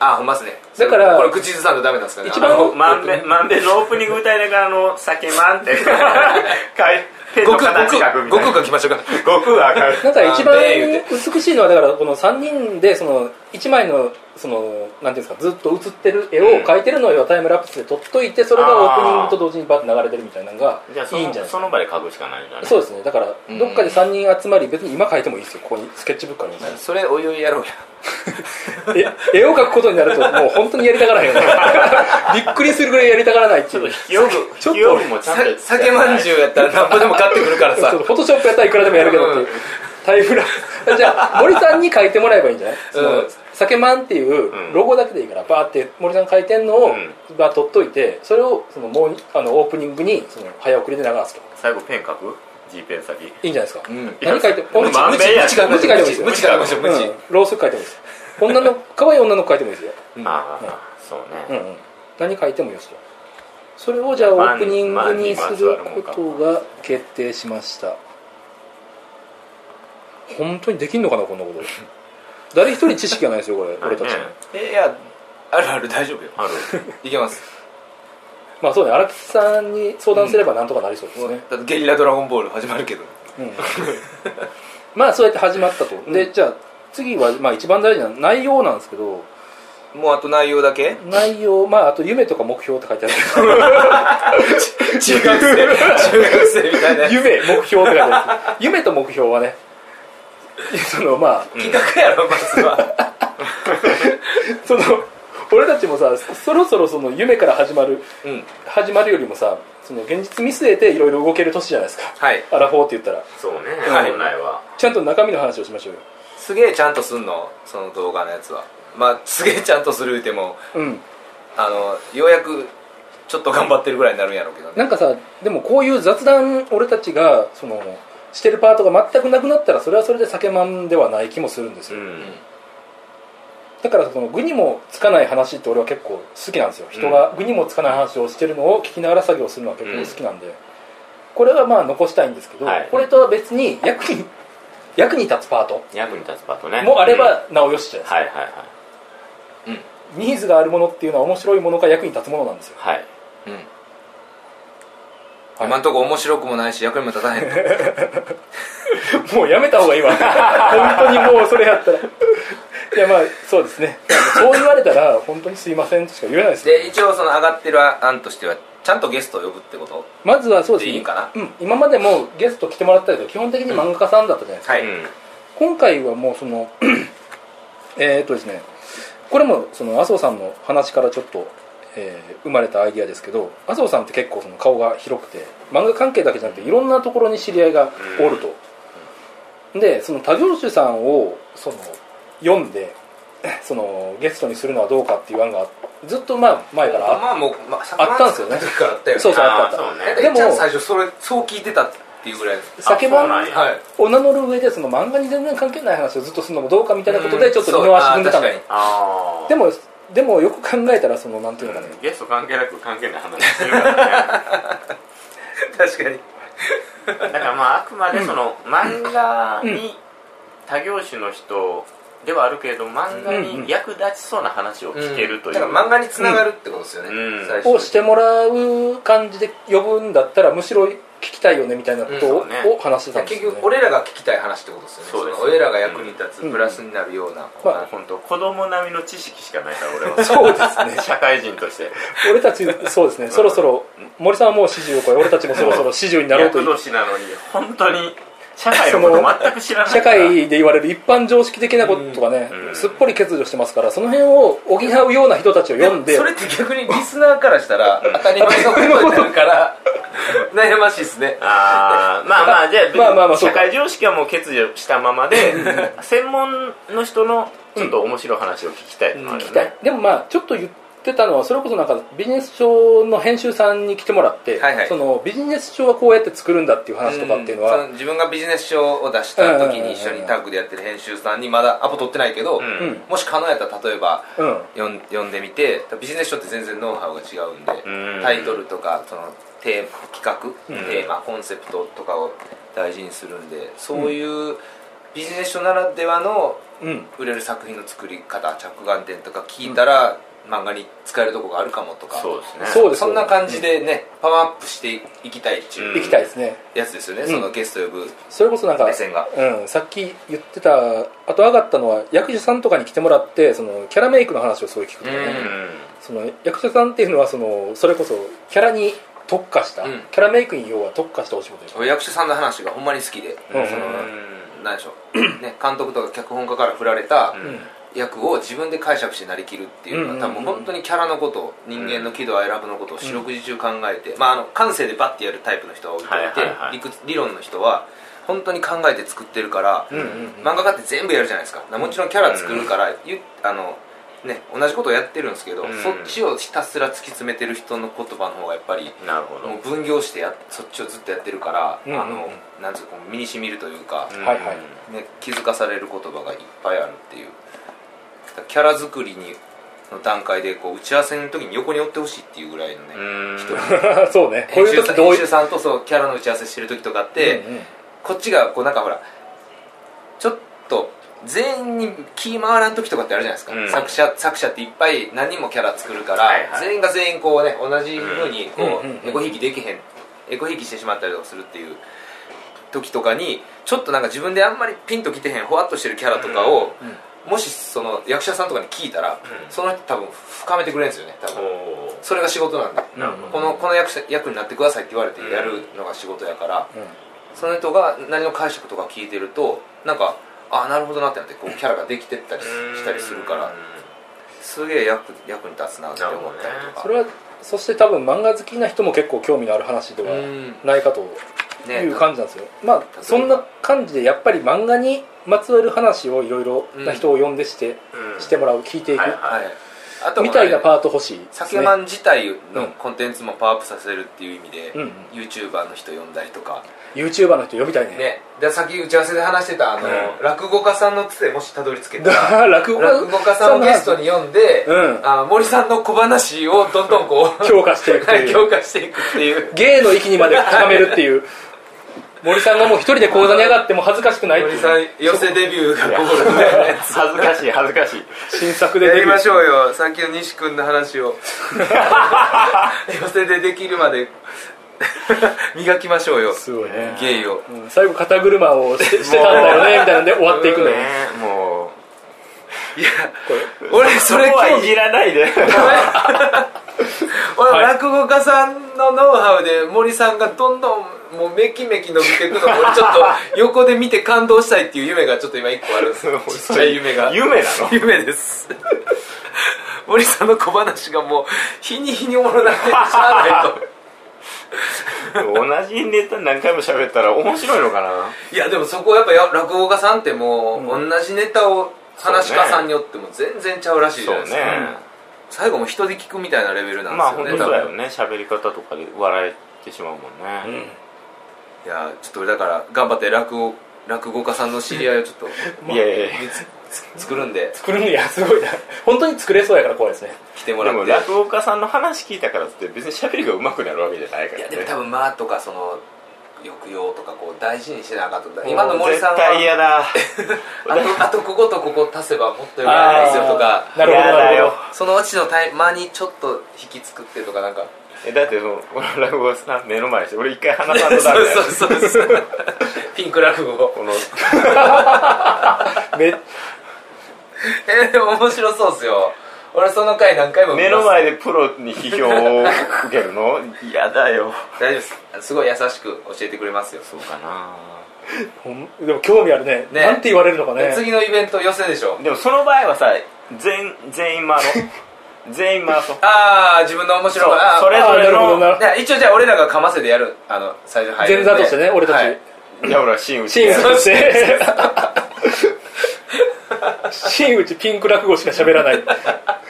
Speaker 1: あほんまっすね
Speaker 2: だから
Speaker 1: これ口ずさんとダメなんですかね
Speaker 2: 一
Speaker 1: あ
Speaker 2: 番
Speaker 1: の
Speaker 3: あのまんべんまんべんのオープニング歌いながらあの酒まんってかいペンの
Speaker 1: 悟空悟
Speaker 3: 形書
Speaker 1: 空
Speaker 3: くみ
Speaker 1: 悟
Speaker 3: たいな
Speaker 1: 空描きましょうか
Speaker 3: 悟空は書く
Speaker 2: なんか一
Speaker 1: あ
Speaker 2: 番
Speaker 1: で言う
Speaker 2: 美しいのはだからこの3人でその1枚のそのなんていうんですかずっと映ってる絵を描いてるのをタイムラプスで撮っといてそれがオープニングと同時にバッて流れてるみたいなのが
Speaker 3: じゃあそ
Speaker 2: い
Speaker 3: の
Speaker 2: いんじゃないです
Speaker 3: そ
Speaker 2: か
Speaker 3: の場で書くしかないんだね
Speaker 2: そうですねだから
Speaker 1: うん
Speaker 2: どっかで3人集まり別に今描いてもいいですよここにスケッチブックあります
Speaker 1: それお湯やろうや
Speaker 2: え絵を描くことになるともう本当にやりたがらへん よねびっくりするぐらいやりたがらないっていう
Speaker 3: 記憶
Speaker 2: ちょっと
Speaker 3: 記憶もちゃん
Speaker 1: さ
Speaker 3: とやって
Speaker 1: 酒まんじゅうやったら何ぼでも買ってくるか らさ
Speaker 2: そうフォトショップやったらいくらでもやるけどっていう
Speaker 1: うん
Speaker 2: タイムラプ スじゃあ森さんに書いてもらえばいいんじゃない、その
Speaker 1: うん
Speaker 2: 酒まんっていう
Speaker 3: うん
Speaker 2: ロゴだけでいいからバーって森さんが書いてんのを、
Speaker 3: うん
Speaker 2: バー取っといてそれをそのもうあのオープニングにその早送りで流すと
Speaker 3: 最後ペン書く G ペン先
Speaker 2: いいんじゃないですか、
Speaker 1: うん
Speaker 2: 何書いても
Speaker 3: いやまん
Speaker 1: 無
Speaker 3: べん
Speaker 1: 知
Speaker 3: や
Speaker 1: 無知から
Speaker 2: 無知からでもいいですよ
Speaker 1: 無知から無知無知
Speaker 2: うん、ロース書いてもいいです女の可愛い女の子書いてもいいですよ、
Speaker 1: うん
Speaker 3: ああそうね
Speaker 2: うんうん、何書いてもよしとそれをじゃあオープニングにすることが決定しました本当にできんのかなこんなこと誰一人知識がないです よこれ俺たち
Speaker 3: ね
Speaker 1: えいやあるある大丈夫よ
Speaker 3: ある
Speaker 1: いけます
Speaker 2: まあそうね荒木さんに相談すればなんとかなりそうです
Speaker 1: もう
Speaker 2: ね、
Speaker 1: だってゲリラドラゴンボール始まるけど
Speaker 2: うんまあそうやって始まったと、でじゃあ次はまあ一番大事な内容なんですけど
Speaker 1: もうあと内容だけ
Speaker 2: 内容まああと夢とか目標って書いてあ る
Speaker 1: 中学 生中学生みたいな
Speaker 2: 夢目標って書いてある夢と目標はねそのまあ
Speaker 1: 企画やろまずは
Speaker 2: その俺たちもさそろそろその夢から始まる
Speaker 1: うん
Speaker 2: 始まるよりもさその現実見据えていろいろ動ける年じゃないですか
Speaker 1: はい
Speaker 2: アラフォーって言ったら
Speaker 3: そうね
Speaker 1: はい
Speaker 3: 本来は
Speaker 2: ちゃんと中身の話をしましょうよ
Speaker 1: すげえちゃんとすんのその動画のやつはまあすげえちゃんとする言うても
Speaker 2: うん
Speaker 1: あのようやくちょっと頑張ってるぐらいになるんやろうけどね
Speaker 2: なんかさでもこういう雑談俺たちがそのしてるパートが全くなくなったらそれはそれで酒まんではない気もするんです
Speaker 3: う
Speaker 2: よ、
Speaker 1: うん
Speaker 3: ん
Speaker 2: だからその具にもつかない話って俺は結構好きなんですよ人が具にもつかない話をしてるのを聞きながら作業するのは結構好きなんで、これはまあ残したいんですけど、
Speaker 3: はい
Speaker 2: これとは別に役に 役に立つパート
Speaker 3: 役に立つパートね
Speaker 2: もあれ
Speaker 3: うん
Speaker 2: ばなおよしじゃないですか、
Speaker 3: はいはいはい
Speaker 2: ニーズがあるものっていうのは面白いものが役に立つものなんですよ
Speaker 3: はい
Speaker 1: うん
Speaker 2: はい
Speaker 1: 今んとこ面白くもないし役にも立たへんと
Speaker 2: もうやめた方がいいわ 本当にもうそれやった らいやまあそうですねそう言われたら本当にすいませんとしか言えないですよ
Speaker 1: で一応その上がってる案としてはちゃんとゲストを呼ぶってこと
Speaker 2: まずはそうですね
Speaker 1: でいいかな
Speaker 2: うん、今までもゲスト来てもらったけど基本的に漫画家さんだったじゃないですか、
Speaker 1: は
Speaker 3: うん
Speaker 2: 今回はもうその えーっとですねこれもその麻生さんの話からちょっと、えー生まれたアイディアですけど麻生さんって結構その顔が広くて漫画関係だけじゃなくていろんなところに知り合いがおると、でその多業種さんをその読んで そのゲストにするのはどうかっていう案がずっとまあ前からあっ
Speaker 1: まあもう、まあ、
Speaker 2: あったんですよね
Speaker 1: 時からあったよね
Speaker 2: そうそうあ
Speaker 3: あ
Speaker 2: っ
Speaker 3: ー
Speaker 2: た
Speaker 3: そ
Speaker 2: あ
Speaker 3: う
Speaker 2: っ
Speaker 3: ね
Speaker 1: で
Speaker 2: で
Speaker 1: も
Speaker 2: も
Speaker 1: 最初それそう聞いてたっていうぐらいです
Speaker 2: た酒
Speaker 3: あそうなん
Speaker 2: 版
Speaker 3: や
Speaker 1: はい
Speaker 2: を名乗る上でその漫画に全然関係ない話をずっとするのもどうかみたいなことでちょっと
Speaker 1: うん
Speaker 2: 二の足踏んでたの
Speaker 1: そうあ
Speaker 2: よ
Speaker 1: ー確かに
Speaker 3: ああ
Speaker 2: でもでもよく考えたらそのなんていうのかね、
Speaker 3: ゲスト関係なく関係ない話してるからね
Speaker 1: 確かに
Speaker 3: だからまああくまでその漫画に多業種の人ではあるけれど漫画に役立ちそうな話を聞けるという
Speaker 1: だから漫画につながるってことですよね、
Speaker 3: うん
Speaker 1: 最初
Speaker 2: をしてもらう感じで呼ぶんだったらむしろ聞きたいよねみたいなことを,、
Speaker 3: うんそうね
Speaker 2: 話してたんです
Speaker 1: 結
Speaker 2: よ、ね
Speaker 1: 局、俺らが聞きたい話ってことですよね
Speaker 3: そうです
Speaker 1: の俺らが役に立つ、
Speaker 2: うん
Speaker 1: プラスになるような、
Speaker 2: まあ
Speaker 3: 本当子供並みの知識しかないから俺は
Speaker 2: そうですね
Speaker 3: 社会人として
Speaker 2: 俺たちそうですねそろそろ森さんはもう40を超え俺たちもそろそろ40になろうと
Speaker 3: 役
Speaker 2: いう
Speaker 3: 年なのに本当に社会のこと全く知らない
Speaker 2: 社会で言われる一般常識的なことがね、
Speaker 3: うん
Speaker 2: すっぽり欠如してますからその辺を補うような人たちを呼んで
Speaker 1: それって逆にリスナーからしたら当たり前のことになるから悩ましいですね
Speaker 3: あーまあまあじゃあ,、
Speaker 2: まあまあまあそう
Speaker 3: 社
Speaker 2: か
Speaker 3: 会常識はもう欠如したままで専門の人のちょっと面白い話を聞きたいってのもある
Speaker 2: 聞
Speaker 3: よ
Speaker 2: きた
Speaker 3: ね
Speaker 2: いでもまあちょっと言ってたのはそれこそなんかビジネス書の編集さんに来てもらって、
Speaker 1: はいはい
Speaker 2: そのビジネス書はこうやって作るんだっていう話とかっていうのは、
Speaker 1: んその自分がビジネス書を出した時に一緒にタッグでやってる編集さんにまだアポ取ってないけど、
Speaker 3: うん
Speaker 2: うん
Speaker 1: もし可能やったら例えば
Speaker 2: うん
Speaker 1: 読ん読んでみてビジネス書って全然ノウハウが違うんで
Speaker 3: うん
Speaker 1: タイトルとかそのテーマ企画、テーマコンセプトとかを大事にするんでそういうビジネス書ならではの
Speaker 2: うん
Speaker 1: 売れる作品の作り方着眼点とか聞いたら、漫画に使えるとこがあるかもとか
Speaker 3: そうですね
Speaker 2: そうです
Speaker 1: そんな感じでね、パワーアップしていきたいっていう
Speaker 2: 行きたいですね
Speaker 1: やつですよね、
Speaker 2: ん
Speaker 1: そのゲスト呼ぶ
Speaker 2: それこそなんか
Speaker 1: 目線が
Speaker 2: うん、さっき言ってたあと上がったのは役者さんとかに来てもらってそのキャラメイクの話をすごい聞くとかね、
Speaker 1: うん
Speaker 2: その役者さんっていうのはそのそれこそキャラに特化した、
Speaker 1: うん
Speaker 2: キャラメイクに要は特化したお仕事でしょ
Speaker 1: 俺役者さんの話がほんまに好きで、
Speaker 2: うん
Speaker 1: その
Speaker 3: う
Speaker 1: 何でしょう、ね、監督とか脚本家から振られた
Speaker 3: ん
Speaker 1: 役を自分で解釈してなりきるっていうのは、
Speaker 2: うんうんうん
Speaker 1: 多分本当にキャラのことを人間の喜怒哀楽のことを四六時中考えて、まあ、あの感性でバッてやるタイプの人は置いておいて、
Speaker 3: はいはいはい
Speaker 1: 理屈理論の人は本当に考えて作ってるから、
Speaker 2: うんうんうん
Speaker 1: 漫画家って全部やるじゃないですかなもちろんキャラ作るから、ゆあのね、同じことをやってるんですけど、
Speaker 3: うん
Speaker 1: そっちをひたすら突き詰めてる人の言葉の方がやっぱり
Speaker 3: んなるほど
Speaker 1: もう分業してやそっちをずっとやってるから、
Speaker 2: うんうんうん
Speaker 1: あのなんつうかこう身にしみるというか、
Speaker 3: うん
Speaker 2: はいはい
Speaker 1: ね、気づかされる言葉がいっぱいあるっていうだからキャラ作りにの段階でこう打ち合わせの時に横に寄ってほしいっていうぐらいのね、
Speaker 3: うん
Speaker 1: 人
Speaker 2: そうねこう
Speaker 1: 編
Speaker 2: い
Speaker 1: 集
Speaker 2: う時
Speaker 1: さん
Speaker 2: どう
Speaker 1: 編
Speaker 2: い
Speaker 1: 集
Speaker 2: う
Speaker 1: さんとそうキャラの打ち合わせしてる時とかって、
Speaker 2: うんうん
Speaker 1: こっちがこうなんかほらちょっと全員に気回らん時とかってあるじゃないですか、
Speaker 3: うん
Speaker 1: 作者作者っていっぱい何人もキャラ作るから、
Speaker 3: はいはい
Speaker 1: 全員が全員こうね同じふうにこう、
Speaker 2: うんうんうん
Speaker 1: エコひいきできへんエコひいきしてしまったりとかするっていう時とかにちょっとなんか自分であんまりピンときてへんほわっとしてるキャラとかを、もしその役者さんとかに聞いたら、
Speaker 3: うん
Speaker 1: その人多分深めてくれるんですよね多
Speaker 3: お
Speaker 1: 分
Speaker 3: ー
Speaker 1: それが仕事なんで
Speaker 2: なるほど
Speaker 1: このこの役者役になってくださいって言われてやるのが仕事やから、
Speaker 2: うん
Speaker 1: その人が何の解釈とか聞いてるとなんかああなるほどなってなってこうキャラができてったり
Speaker 3: うん
Speaker 1: したりするからすげえ役役に立つなって思ったりとか
Speaker 2: それはそして多分漫画好きな人も結構興味のある話では
Speaker 1: うん
Speaker 2: ないかとい
Speaker 1: ね
Speaker 2: う感じなんですよ、まあそんな感じでやっぱり漫画にまつわる話をいろいろな人を呼んでして、
Speaker 3: うん
Speaker 2: してもらう聞いていく、
Speaker 3: はいは
Speaker 1: はいあと
Speaker 2: みたいな
Speaker 1: ー
Speaker 2: パート欲しいですね
Speaker 1: 酒まん自体
Speaker 2: うん
Speaker 1: のコンテンツもパワーアップさせるっていう意味で、
Speaker 2: うんうん
Speaker 1: YouTuber の人呼んだりとか
Speaker 2: YouTuber の人呼びたいね
Speaker 1: ねでさっき打ち合わせで話してたあの、
Speaker 3: う
Speaker 1: 落語家さんのつてもしたどり着けた
Speaker 2: だ
Speaker 1: ら
Speaker 2: から 落語
Speaker 1: 落語家さんをゲストに呼んで、
Speaker 2: うん
Speaker 1: あ森さんの小話をどんどんこう
Speaker 2: 評価していくと いう
Speaker 1: 強化していくっていう
Speaker 2: 芸の域にまで高めるっていう森さんがもう一人で講座に上がっても恥ずかしくないっていう
Speaker 1: 森さん寄せデビューがゴールみたいなやつ
Speaker 3: 恥ずかしい恥ずかしい
Speaker 2: 新作で
Speaker 1: や
Speaker 2: デ
Speaker 1: り
Speaker 2: ビュ
Speaker 1: ま
Speaker 2: ー
Speaker 1: しょうよさっきの西君の話 を寄せでできるまで 磨きましょうよ
Speaker 2: すごいね、
Speaker 1: 芸を
Speaker 2: うん最後肩車をしてしてたんだ よねみたいなんで終わっていくのよ
Speaker 3: ねも
Speaker 1: いや俺
Speaker 3: う
Speaker 1: それ
Speaker 3: こは
Speaker 1: 今
Speaker 3: い
Speaker 1: 日
Speaker 3: じらないで
Speaker 1: 俺落語家さんのノウハウで森さんがどんどんもうめきめき伸びていくのを俺ちょっと横で見て感動したいっていう夢がちょっと今一 個あるんですよちっちゃい夢が
Speaker 3: 夢なの
Speaker 1: 夢です森さんの小話がもう日に日におもろなってしゃあない
Speaker 3: 同じネタ何回も喋ったら面白いのかな
Speaker 1: といやでもそこはやっぱや落語家さんってもう、
Speaker 2: うん
Speaker 1: 同じネタを話し家さんによっても全然ちゃうらしいじゃないですか、
Speaker 3: そうね
Speaker 1: うん最後も人で聞くみたいなレベルなん
Speaker 3: まあ本
Speaker 1: で
Speaker 3: 当
Speaker 1: すよね、
Speaker 3: そうだよ
Speaker 1: 多分
Speaker 3: ね喋り方とかで笑えてしまうもん
Speaker 2: う
Speaker 3: ね、
Speaker 2: ん
Speaker 1: いやちょっと俺だから頑張って落語落語家さんの知り合いをちょ っと
Speaker 3: いやいやいや
Speaker 1: 見つつ作るんで
Speaker 2: 作るのやすごいな本当に作れそうやから怖いですね
Speaker 1: 来ても
Speaker 3: で
Speaker 1: らっ
Speaker 3: も
Speaker 1: て
Speaker 3: 落語家さんの話聞いたからって別に喋りが上手くなるわけじゃないか
Speaker 1: い
Speaker 3: ら
Speaker 1: や
Speaker 3: ね
Speaker 1: でも多分「まあ」とかその抑揚とかこう大事にしてなかった今の森さん
Speaker 3: 絶対
Speaker 1: は
Speaker 3: 嫌だ
Speaker 1: あとあとこことここ足せばもっと良くなるんですよとか
Speaker 2: なるほど
Speaker 3: や
Speaker 2: な
Speaker 3: だ
Speaker 2: る
Speaker 3: よ
Speaker 2: ほ
Speaker 1: そのうちのタイ間にちょっと引き作ってとかなんか
Speaker 3: えだってもう俺落語家さん目の前にして俺一回話さ ん
Speaker 1: そう
Speaker 3: とダメだよ
Speaker 1: そうそうそうピンク落語
Speaker 3: この
Speaker 2: どめ
Speaker 1: えでも面白そうっすよ俺その回何回も見ま
Speaker 3: 目
Speaker 1: す
Speaker 3: の前でプロに批評を受けるの嫌だよ
Speaker 1: 大丈夫ですすごい優しく教えてくれますよ
Speaker 3: そうかな
Speaker 2: ほんでも興味あるね
Speaker 1: ね
Speaker 2: なんて言われるのかね
Speaker 1: 次のイベント寄せでしょ
Speaker 3: でもその場合はさ全全員回ろう全員回そう
Speaker 1: ああ自分の面白いあー
Speaker 3: それぞ
Speaker 2: あ
Speaker 3: れ
Speaker 2: ーなるほど
Speaker 3: の
Speaker 2: なる
Speaker 1: じゃあ一応じゃあ俺らがかませてやるあの最初入る
Speaker 2: 前座
Speaker 1: んで
Speaker 2: としてね俺たち、
Speaker 1: はい
Speaker 3: いや俺は真打ち
Speaker 2: チームとして 真打ちピンク落語しか喋らない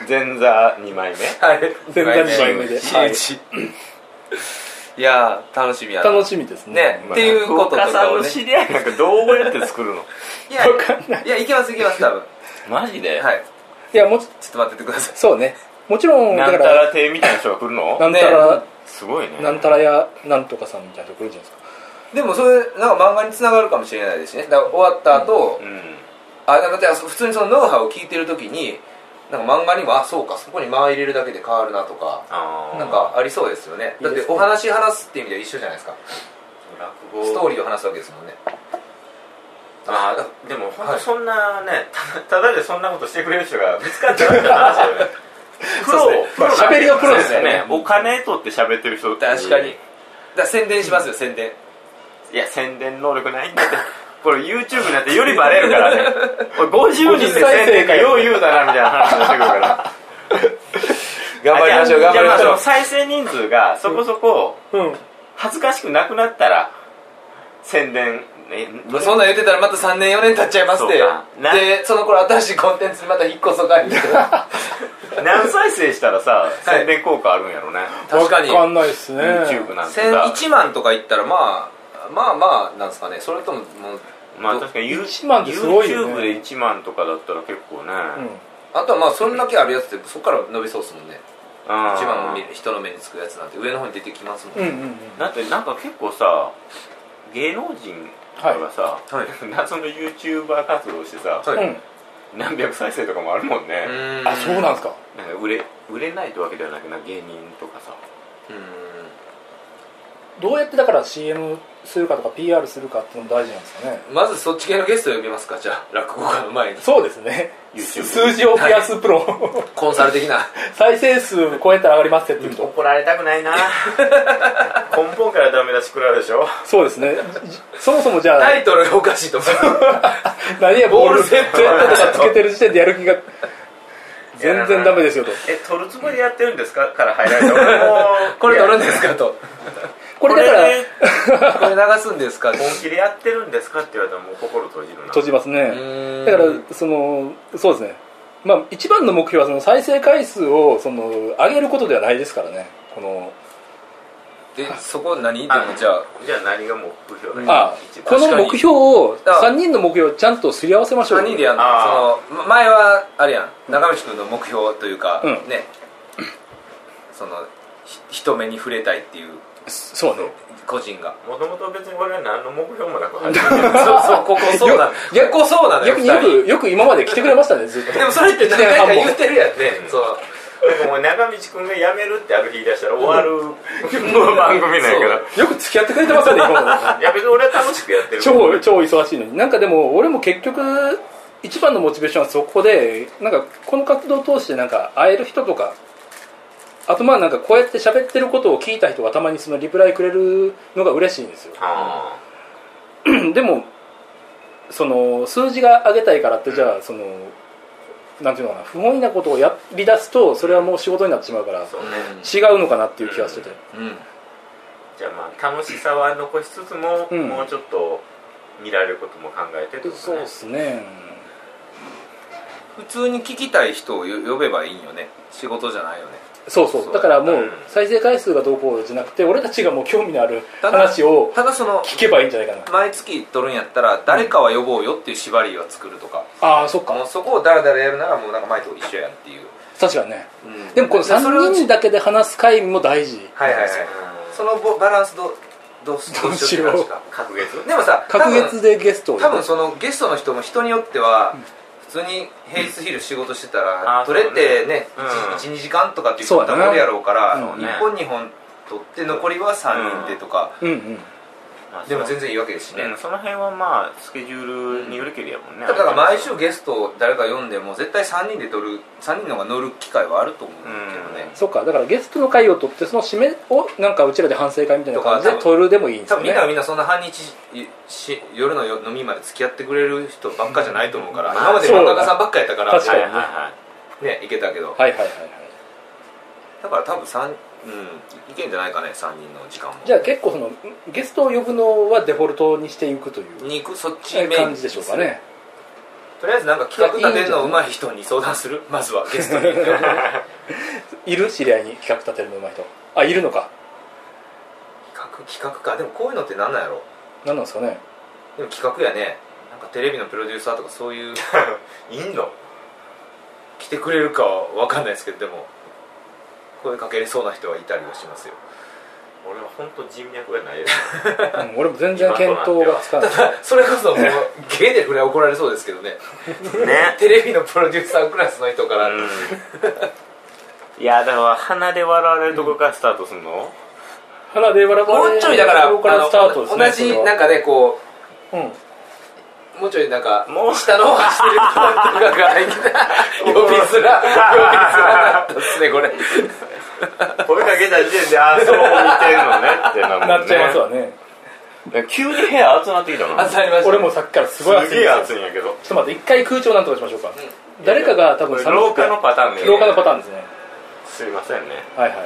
Speaker 3: 前座2枚目
Speaker 1: はい
Speaker 2: 全然二枚目で
Speaker 1: 真打ちいやー楽しみやな
Speaker 2: 楽しみですね
Speaker 1: ねっていうことと
Speaker 3: まあ
Speaker 1: か
Speaker 3: 中
Speaker 1: を
Speaker 3: 岡
Speaker 1: ね
Speaker 3: さんの知り合いなんかどうやって作るの
Speaker 1: いや
Speaker 2: わかんない
Speaker 1: いやいけますいけます多分
Speaker 3: マジで、
Speaker 1: はい
Speaker 2: いやもち
Speaker 1: ちょっと待っててください
Speaker 2: そうねもちろん
Speaker 3: な
Speaker 2: だ
Speaker 3: ん
Speaker 2: か
Speaker 3: た
Speaker 2: ら
Speaker 3: ら亭みたいな人が来るの
Speaker 2: なんたら、
Speaker 3: すごいね
Speaker 2: なんたらやなんとかさんみたいなとこ来るじゃないですか
Speaker 1: でもそれなんか漫画に繋がるかもしれないですねだから終わった後、
Speaker 3: うん
Speaker 1: あなんかじゃあ普通にそのノウハウを聞いてる時になんか漫画にもあそうかそこに間を入れるだけで変わるなとか
Speaker 3: あー
Speaker 1: なんかありそうですよねだっ
Speaker 2: いいで
Speaker 1: て
Speaker 2: すね
Speaker 1: お話話すっていう意味では一緒じゃないですか
Speaker 3: 落語
Speaker 1: ストーリーを話すわけですもんね
Speaker 3: あーでも本
Speaker 1: は
Speaker 3: 当
Speaker 1: い
Speaker 3: そんなね、たただでそんなことしてくれる人が見つかっちゃうって話だよねプ ロ
Speaker 1: そうですね
Speaker 3: プロなんだよ
Speaker 2: 喋りはプロですよね
Speaker 3: そうお金取って喋ってる人
Speaker 1: 確かにだから宣伝しますよ宣伝
Speaker 3: いや宣伝能力ないんだってこれ YouTube になってよりバレるからね俺50人で宣伝かよう言うだなみたいな話になってくるから
Speaker 1: 頑張りましょう
Speaker 3: じゃ
Speaker 1: 頑
Speaker 3: あ
Speaker 1: 張りまし
Speaker 3: じゃ
Speaker 1: ょ
Speaker 3: ああの再生人数がそこそこ
Speaker 2: うん
Speaker 3: 恥ずかしくなくなったら宣伝え
Speaker 1: うそんなん言ってたらまた3年4年経っちゃいますって
Speaker 3: そうかな
Speaker 1: でその頃新しいコンテンツにまた引っ越そうかみたい な
Speaker 3: 何再生したらさ宣伝効果あるんやろね、
Speaker 1: 確かに
Speaker 2: わかんないですね
Speaker 3: YouTube なんて
Speaker 1: 千
Speaker 3: さ
Speaker 1: 1万とか言ったらまあまあまあなんですかねそれとももう
Speaker 3: まあ確かにユー
Speaker 2: 1万ってすごいよね
Speaker 3: YouTube で1万とかだったら結構ね、
Speaker 2: うん
Speaker 1: あとはまあそんだけあるやつってそこから伸びそうですもんね
Speaker 3: あー
Speaker 1: 一番の見人の目につくやつなんて上の方に出てきますもん、
Speaker 2: うんうんうん
Speaker 3: だってなんか結構さ芸能人とかがさ、
Speaker 1: はい
Speaker 3: 謎の YouTuber 活動してさ、
Speaker 1: はい
Speaker 2: うん
Speaker 3: 何百再生とかもあるもんね、
Speaker 1: ーん
Speaker 2: あそうなんですか
Speaker 3: なんか売れ売れないってわけではなくな芸人とかさ
Speaker 1: うーん
Speaker 2: どうやってだから CM するかとか PR するかっていうのも大事なんですかね
Speaker 1: まずそっち系のゲストを呼びますかじゃあ落語家の前に
Speaker 2: そうですね
Speaker 3: YouTube
Speaker 2: 数字を増やすプロ
Speaker 1: コンサル的な
Speaker 2: 再生数超えたら上がりますって言ってると
Speaker 3: 怒られたくないな 根本からダメ出し食らうでしょ
Speaker 2: そうですねじそもそもじゃあ
Speaker 1: タイトルがおかしいと思う
Speaker 2: 何やボール
Speaker 1: ボールセ
Speaker 2: セッ
Speaker 1: ット
Speaker 2: トとかつけてる時点でやる気が全然ダメですよと
Speaker 3: え取るつもりでやってるんですかから入られた俺 もう
Speaker 1: これ撮るん
Speaker 3: い
Speaker 1: ですかと
Speaker 3: や
Speaker 2: これだから
Speaker 3: これで
Speaker 1: これ流すんですかって
Speaker 3: 本気でやってるんですかって言われたらもう心閉じるな
Speaker 2: 閉じます
Speaker 1: う
Speaker 2: ね
Speaker 1: ーん
Speaker 2: だからそのそうですねまあ一番の目標はその再生回数をその上げることではないですからねこの
Speaker 1: でそこ何でもじゃあ
Speaker 3: じゃあ何が目標だよ
Speaker 2: あ
Speaker 3: 一
Speaker 2: こ
Speaker 3: 番
Speaker 2: の目標を
Speaker 1: だから
Speaker 2: 3人の目標をちゃんとすり合わせましょうよ
Speaker 1: 何でやんの
Speaker 3: あ
Speaker 1: そのま前はあれやん中道君の目標というか、
Speaker 2: うん
Speaker 1: ねそのひ人目に触れたいっていう
Speaker 2: そうね
Speaker 1: 個人 が
Speaker 3: もともと別に俺は何の目標もなく入っ
Speaker 1: そうそうここそうな
Speaker 2: よ
Speaker 1: ここそうなのよ
Speaker 2: 逆によくよく今まで来てくれましたねずっと
Speaker 1: でもそれって何回か言ってるやんね そう
Speaker 3: でもお前長道君が辞めるってある日言い出したら 終わる番組なんやか
Speaker 2: よく付き合ってくれてますよね今ま
Speaker 3: らいや別に俺は楽しくやって
Speaker 2: で
Speaker 3: る
Speaker 2: 超超忙しいのになんかでも俺も結局一番のモチベーションはそこでなんかこの活動を通してなんか会える人とかあとまあなんかこうやって喋ってることを聞いた人がたまにそのリプライくれるのが嬉しいんですよ
Speaker 3: あ
Speaker 2: でもその数字が上げたいからってじゃあそのなんていうのかな不本意なことをやりだすとそれはもう仕事になってしまうから
Speaker 3: あそうね
Speaker 2: 違うのかなっていう気がしてて
Speaker 1: うん、うん
Speaker 3: じゃあまあ楽しさは残しつつも、
Speaker 2: うん
Speaker 3: もうちょっと見られることも考えてってこと
Speaker 2: そう
Speaker 3: ね
Speaker 2: ですね
Speaker 1: 普通に聞きたい人をよ呼べばいいんよね仕事じゃないよね
Speaker 2: そうそうだからも
Speaker 3: う
Speaker 2: うん再生回数がどうこうじゃなくて俺たちがもう興味のある
Speaker 1: ただ
Speaker 2: 話を
Speaker 1: ただその
Speaker 2: 聞けばいいんじゃないかな
Speaker 1: 毎月撮るんやったら誰かは呼ぼうよっていう縛りは作るとか、
Speaker 2: ああそっ
Speaker 1: もう
Speaker 2: か
Speaker 1: そこをダラダラやるならもうなんか前と一緒やんっていう、
Speaker 2: 確かにね
Speaker 1: うん
Speaker 2: でもこの
Speaker 1: それを
Speaker 2: 3人だけで話す回も大事
Speaker 1: はいはいはいそのぼバランスどどうし
Speaker 2: どうしよう
Speaker 1: どって感
Speaker 3: うん隔月
Speaker 1: じかでもさ多
Speaker 2: 隔
Speaker 1: 分
Speaker 2: 月でゲストを
Speaker 1: 多分そのゲストの人も人によっては普通に平日昼仕事してたら
Speaker 3: あー
Speaker 1: 取れてね
Speaker 3: そうね
Speaker 1: 12時間とかっていう人も
Speaker 2: そうやな
Speaker 1: 多るやろうから
Speaker 2: うん
Speaker 3: ね
Speaker 1: 1本2本取って残りは3人でとか
Speaker 2: うんうん
Speaker 3: まあ
Speaker 1: でも
Speaker 3: そう
Speaker 1: 全然いいわけですしね
Speaker 3: うんその辺はまあスケジュールによりけりやもんね
Speaker 1: だから毎週ゲストを誰か読んでも絶対3人で取る3人の方が乗る機会はあると思うんだけどね
Speaker 2: そっかだからゲストの回を取ってその締めをなんかうちらで反省会みたいな感じ
Speaker 1: と
Speaker 2: で
Speaker 1: か
Speaker 2: 取るでもいいんです
Speaker 1: 多
Speaker 2: よ
Speaker 1: 分みんな
Speaker 2: ね
Speaker 1: がみんなそんな半日いし夜のよ飲みまで付き合ってくれる人ばっかじゃないと思うから
Speaker 3: うん
Speaker 1: 今まで漫画家さんばっかやったから
Speaker 2: そうだ
Speaker 3: はい
Speaker 2: 確か
Speaker 3: はい
Speaker 2: に
Speaker 3: は
Speaker 1: ねいけたけど
Speaker 2: はいはいはいはい
Speaker 1: だから多分三うんいけんじゃないかね3人の時間も
Speaker 2: じゃあ結構そのゲストを呼ぶのはデフォルトにしていくという
Speaker 1: に行くそっちメイン
Speaker 2: 感じでしょうかね
Speaker 3: い
Speaker 1: とりあえずなんか企画立てるの上手い人に相談す るまずはゲストに企
Speaker 2: いる知り合いに企画立てるのうまい人あいるのか
Speaker 1: 画企画かでもこういうのって何なんやろ
Speaker 2: 何なんですかね
Speaker 1: でも企画やねなんかテレビのプロデューサーとかそ ういう
Speaker 3: いんの
Speaker 1: 来てくれるかは分かんないですけどでも声かけれそうな人はいたりはしますよ
Speaker 3: 俺は本当人脈がないよ
Speaker 2: うん俺も全然見当がつかない
Speaker 1: それこそもうゲーでくらい怒られそうですけどね
Speaker 3: ね
Speaker 1: テレビのプロデューサークラスの人から、
Speaker 3: うんいやだから鼻で笑われるとこからスタートすんの、
Speaker 2: 花で笑われ
Speaker 1: もうちょいだからあ
Speaker 2: ここから
Speaker 1: の
Speaker 2: スタートですね
Speaker 1: 同じなんかねこ
Speaker 2: それは
Speaker 1: うもうちょいなんか
Speaker 3: もう
Speaker 1: 下の方走ってる人とかがいきなり呼びづら呼びづらだったっすねこれ
Speaker 3: 声かけた時点でああそう似てるのねってな
Speaker 2: う
Speaker 3: るもん
Speaker 2: ん
Speaker 3: ね
Speaker 2: なっちゃいますわね
Speaker 3: 急に部屋熱なってきたの
Speaker 1: 当たりました
Speaker 2: 俺もさっきからす
Speaker 3: す
Speaker 2: ごい熱い
Speaker 3: げえ
Speaker 2: です
Speaker 3: 熱いんやけ
Speaker 2: ち
Speaker 3: ど
Speaker 2: ょっと待って一回空調なんとかしましょうか、誰かが多分寒
Speaker 3: 廊
Speaker 2: くて
Speaker 3: 下のパターンね
Speaker 2: 廊下のパターンですね
Speaker 3: すいませんね
Speaker 2: はいはい、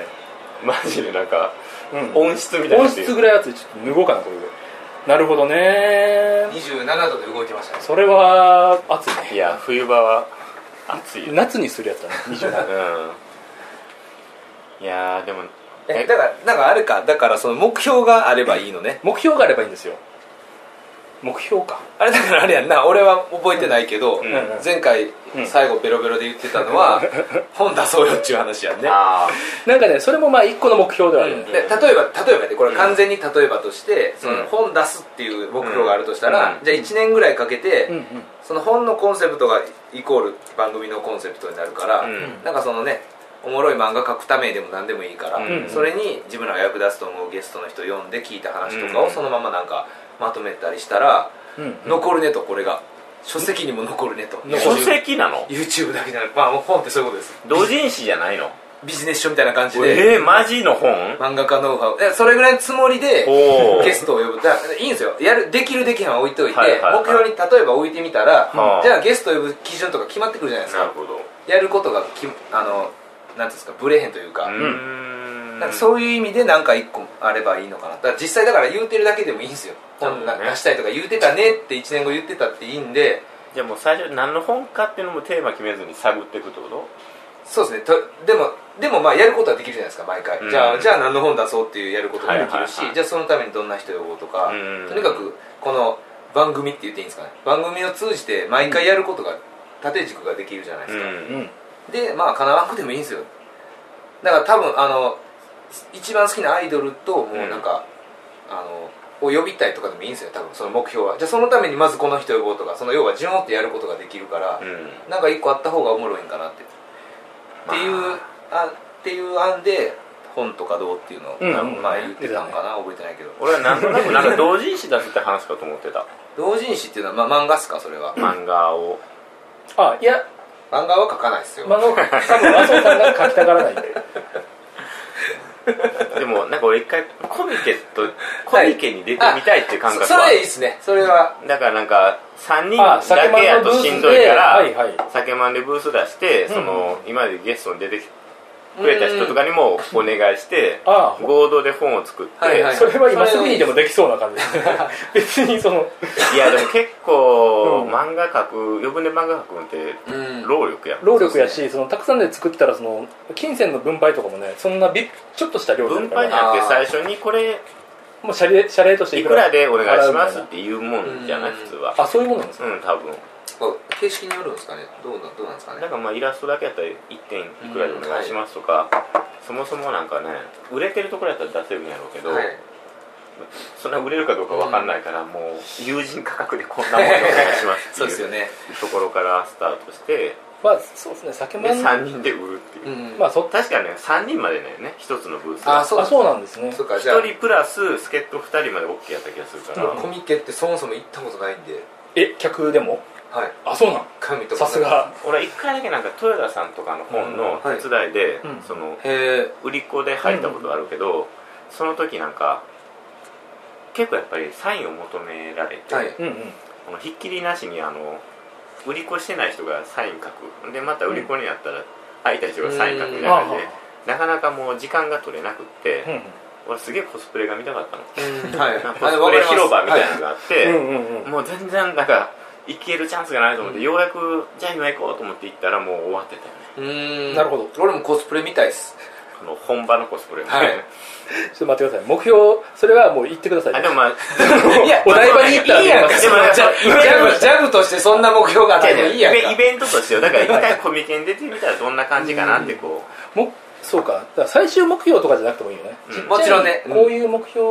Speaker 3: マジでなんか
Speaker 2: うん、
Speaker 3: 温室みたいに
Speaker 2: 温
Speaker 3: なってる
Speaker 2: 室ぐらい熱いちょっと脱ごうかなこれでなるほどね
Speaker 1: 27度で動いてましたね
Speaker 2: それは暑い
Speaker 3: い
Speaker 2: ね
Speaker 3: や冬場は暑いよ、
Speaker 2: 夏にするやつだね27
Speaker 3: うん、いやーでも
Speaker 1: えだからなんかあれかだからその目標があればいいのね
Speaker 2: 目標があればいいんですよ目標か
Speaker 1: あれだからあれやんな俺は覚えてないけど、
Speaker 3: うん
Speaker 1: 前回
Speaker 2: うん
Speaker 1: 最後ベロベロで言ってたのは、本出そうよっちゅう話やんね
Speaker 3: ああ
Speaker 2: なんかねそれもまあ一個の目標ではあるよね
Speaker 1: で例えば例えばでこれ完全に例えばとして、その本出すっていう目標があるとしたら、
Speaker 3: うん
Speaker 1: じゃあ1年ぐらいかけて、
Speaker 2: うんうん
Speaker 1: その本のコンセプトがイコール番組のコンセプトになるから、
Speaker 3: うん
Speaker 1: なんかそのねおもろい漫画描くためでも何でもいいから、
Speaker 3: うん
Speaker 1: それに自分らが役立つと思うゲストの人読んで聞いた話とか
Speaker 3: う
Speaker 1: を
Speaker 3: ん
Speaker 1: そのままなんかまとめたりしたら、
Speaker 2: うん
Speaker 1: 残るねとこれが書籍にも残るねと
Speaker 2: 残
Speaker 3: 書
Speaker 2: る
Speaker 3: 籍なの
Speaker 1: YouTube だけじゃなくまあもう本ってそういうことです
Speaker 3: 同人誌じゃないの
Speaker 1: ビジネス書みたいな感じで
Speaker 3: えー、マジの本
Speaker 1: 漫画家ノウハウいやそれぐらいのつもりで
Speaker 3: おお
Speaker 1: ゲストを呼ぶだからいいんですよやるできるできへんは置いといて、
Speaker 3: はいはいはい
Speaker 1: 目標に例えば置いてみたら、
Speaker 3: はあ
Speaker 1: じゃあゲストを呼ぶ基準とか決まってくるじゃないです
Speaker 3: なる
Speaker 1: か
Speaker 3: ほど
Speaker 1: やることがきあのなんていうんですかブレへんというか,、
Speaker 3: ん
Speaker 1: なんかそういう意味で何か一個あればいいのかなだから実際だから言うてるだけでもいいんですよこんな
Speaker 3: そうだね
Speaker 1: 出したいとか言うてたねって1年後言ってたっていいんで
Speaker 3: じゃあもう最初何の本かっていうのもテーマ決めずに探っていくってこと
Speaker 1: そうですねとでもでもまあやることはできるじゃないですか毎回、
Speaker 3: うん
Speaker 1: じゃあじゃあ何の本出そうっていうやることもできるし、
Speaker 3: はいはいはい
Speaker 1: じゃあそのためにどんな人呼ぼうとか、
Speaker 3: うん
Speaker 1: とにかくこの番組って言っていいんですかね番組を通じて毎回やることが縦軸ができるじゃないですか、
Speaker 2: うん
Speaker 1: でまあかなわんくてもいいんですよだから多分あの一番好きなアイドルともうなんか、あのを呼びたいとかでもいいんですよ多分その目標はじゃあそのためにまずこの人呼ぼうとかその要は順を追ってやることができるから、
Speaker 3: うん
Speaker 1: なんか一個あった方がおもろいんかなって、っていうあっていう案で本とかどうっていうのを、
Speaker 2: うん
Speaker 1: 多分前言ってたんかな、覚えてないけど
Speaker 3: 俺はなんとなくなんか同人誌出すって話かと思ってた
Speaker 1: 同人誌っていうのは、まあ、漫画っすかそれは
Speaker 3: 漫画を
Speaker 2: あいや
Speaker 1: 漫画は書かないっすよ、
Speaker 2: まあの多分麻生さんが書きたがら ないんで
Speaker 3: でもなんか俺一回コミケとコミケに出てみたいっていう感覚
Speaker 1: そそ
Speaker 3: は
Speaker 1: れいいっすねそれは、
Speaker 3: だからなんか3人
Speaker 2: あ酒
Speaker 3: だけ
Speaker 2: ま
Speaker 3: や
Speaker 2: んの
Speaker 3: と
Speaker 2: ブー
Speaker 3: しん
Speaker 2: ス
Speaker 3: どい
Speaker 2: で
Speaker 3: から
Speaker 2: はいはい
Speaker 3: 酒まんでブース出して、
Speaker 2: うん
Speaker 3: その今までゲストに出てくれた人とかにもお願いして、
Speaker 2: ああ
Speaker 3: 合同で本を作って、
Speaker 1: はいはい
Speaker 2: それは今すぐにでもできそうな感じですね別にその
Speaker 3: い、やでも結構、
Speaker 2: うん
Speaker 3: 漫画描く余分で漫画描くのって
Speaker 1: うん
Speaker 3: 労力やん、
Speaker 2: 労力やしそのたくさんで作ったらその金銭の分配とかもねそんなびちょっとした量にな
Speaker 3: 分
Speaker 2: るから
Speaker 3: 配
Speaker 2: ね
Speaker 3: なんて
Speaker 1: あー
Speaker 3: 最初にこれ
Speaker 2: もう謝礼謝礼として
Speaker 3: いくらでお願いします
Speaker 2: 払う
Speaker 3: っ
Speaker 2: み
Speaker 3: ていうもんじゃない
Speaker 1: うん
Speaker 3: 普通は
Speaker 2: たいなあそういうものなんですか
Speaker 3: うん多分
Speaker 1: こう形式によるんですかねどうなどうなんですかね
Speaker 3: なんかまあイラストだけやったら1点いくらでお願いしますとか、そもそもなんかね売れてるところやったら出せるんやろうけど、
Speaker 1: はい
Speaker 3: そんな売れるかどうかわかんないから、もう友人価格でこんなもんでお願いします
Speaker 1: そ
Speaker 3: っていう
Speaker 1: うですよね
Speaker 3: ところからスタートして
Speaker 2: まあそうですね酒
Speaker 3: で
Speaker 2: まん
Speaker 3: 3人で売るっていう、
Speaker 1: ん
Speaker 2: まあそ
Speaker 3: 確かね3人までだよね1つのブース
Speaker 1: あ
Speaker 3: が
Speaker 1: そう
Speaker 2: あそうなんですね
Speaker 1: そうかじゃあ
Speaker 3: 1人プラス助っ人2人まで OK やった気がするから、
Speaker 2: うん
Speaker 1: コミケってそもそも行ったことないんで
Speaker 2: え客でも
Speaker 1: はい
Speaker 2: あそうなん
Speaker 1: 神とか
Speaker 2: さすが
Speaker 3: 俺は1回だけなんか豊田さんとかの本の
Speaker 1: うんはい
Speaker 3: 手伝いで、
Speaker 2: うん
Speaker 3: その
Speaker 1: へえ
Speaker 3: 売り子で入ったことあるけど、その時なんか結構やっぱりサインを求められて、
Speaker 1: はい
Speaker 2: うんうん
Speaker 3: このひっきりなしにあの売り子してない人がサイン書くでまた売り子になったら空いた人がサイン書くみたいな感じ
Speaker 2: う
Speaker 3: で
Speaker 2: ん
Speaker 3: なかなかもう時間が取れなくって、
Speaker 2: うん
Speaker 3: 俺すげえコスプレが見たかったの
Speaker 1: うんはい
Speaker 3: なんか
Speaker 1: あ
Speaker 3: コ
Speaker 1: でも分かり
Speaker 3: スプレ
Speaker 1: ます
Speaker 3: 広場みたいなのがあって、
Speaker 2: うんうんうんうん
Speaker 3: もう全然なんか行けるチャンスがないと思って、ようやくじゃあ今行こうと思って行ったらもう終わってたよね
Speaker 1: うーん
Speaker 2: なるほど
Speaker 1: 俺もコスプレみたいです
Speaker 3: この本場のコスプレもね、
Speaker 1: はい
Speaker 2: ちょっと待ってください目標それはもう言ってください
Speaker 3: あでもまあ
Speaker 2: いやお台場に行ったら
Speaker 1: いいやんか
Speaker 3: でも
Speaker 1: ジャジャグジャグとしてそんな目標があったらいいやん
Speaker 3: イ
Speaker 1: か
Speaker 3: ベントとしてよだから一回コミケに出てみたらどんな感じかなってこ
Speaker 2: もそうかだから最終目標とかじゃなくてもいいよね、
Speaker 3: うん
Speaker 2: ちっちゃい
Speaker 1: もちろんねうん
Speaker 2: こういう目標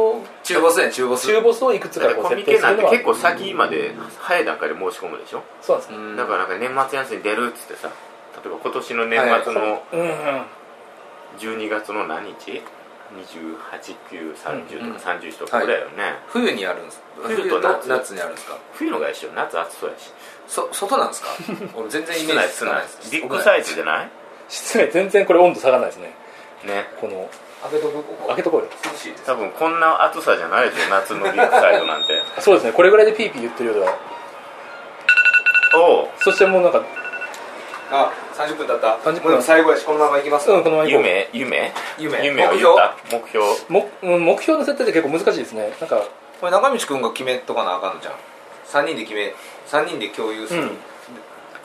Speaker 1: 中ボスやん中ボス
Speaker 2: 中ボスをいく
Speaker 3: う
Speaker 2: つ
Speaker 3: だ
Speaker 2: か
Speaker 3: から
Speaker 2: こう
Speaker 3: コミ
Speaker 2: 設定
Speaker 3: ケ
Speaker 2: する
Speaker 3: なん
Speaker 2: の
Speaker 3: て
Speaker 2: は
Speaker 3: 結構先まで早い段階で申し込むでしょ、
Speaker 2: そうなんですね
Speaker 1: うん
Speaker 3: だからなんか年末休み出るっつってさ例えば今年の年末の
Speaker 2: うんうん
Speaker 3: 12月の何日28,9,30とか31とか
Speaker 1: はい
Speaker 3: ぐらいよね、
Speaker 1: 冬にあるんです
Speaker 3: 冬と夏
Speaker 1: 夏にあるんですか
Speaker 3: 冬のが一緒夏暑そうやし
Speaker 1: そ外なんですか俺全然イメ
Speaker 3: 室
Speaker 1: ージつ
Speaker 3: 内室
Speaker 1: かない
Speaker 3: 内
Speaker 1: です
Speaker 3: ビッグサイズじゃない
Speaker 2: 室内全然これ温度下がらないですね
Speaker 3: ね
Speaker 2: この
Speaker 1: 開けとくこ
Speaker 2: 開けとこうよ
Speaker 1: 涼しいです
Speaker 3: 多分こんな暑さじゃないでしょ夏のビッグサイズなん て
Speaker 2: そうですねこれぐらいでピーピー言ってるよりは
Speaker 3: おう
Speaker 2: そしてもうなんか
Speaker 1: あ30分経った
Speaker 2: 30分
Speaker 1: もうでも最後やしこのまま行きます
Speaker 2: うんこのまま行こう
Speaker 3: 夢夢
Speaker 1: 夢
Speaker 3: 夢を
Speaker 1: 目
Speaker 3: 言っ
Speaker 1: 標
Speaker 3: た目標
Speaker 2: もうん目標の設定って結構難しいですねなんか
Speaker 1: これ中道くんが決めとかなあかんのじゃん3人で決め3人で共有する、
Speaker 2: うん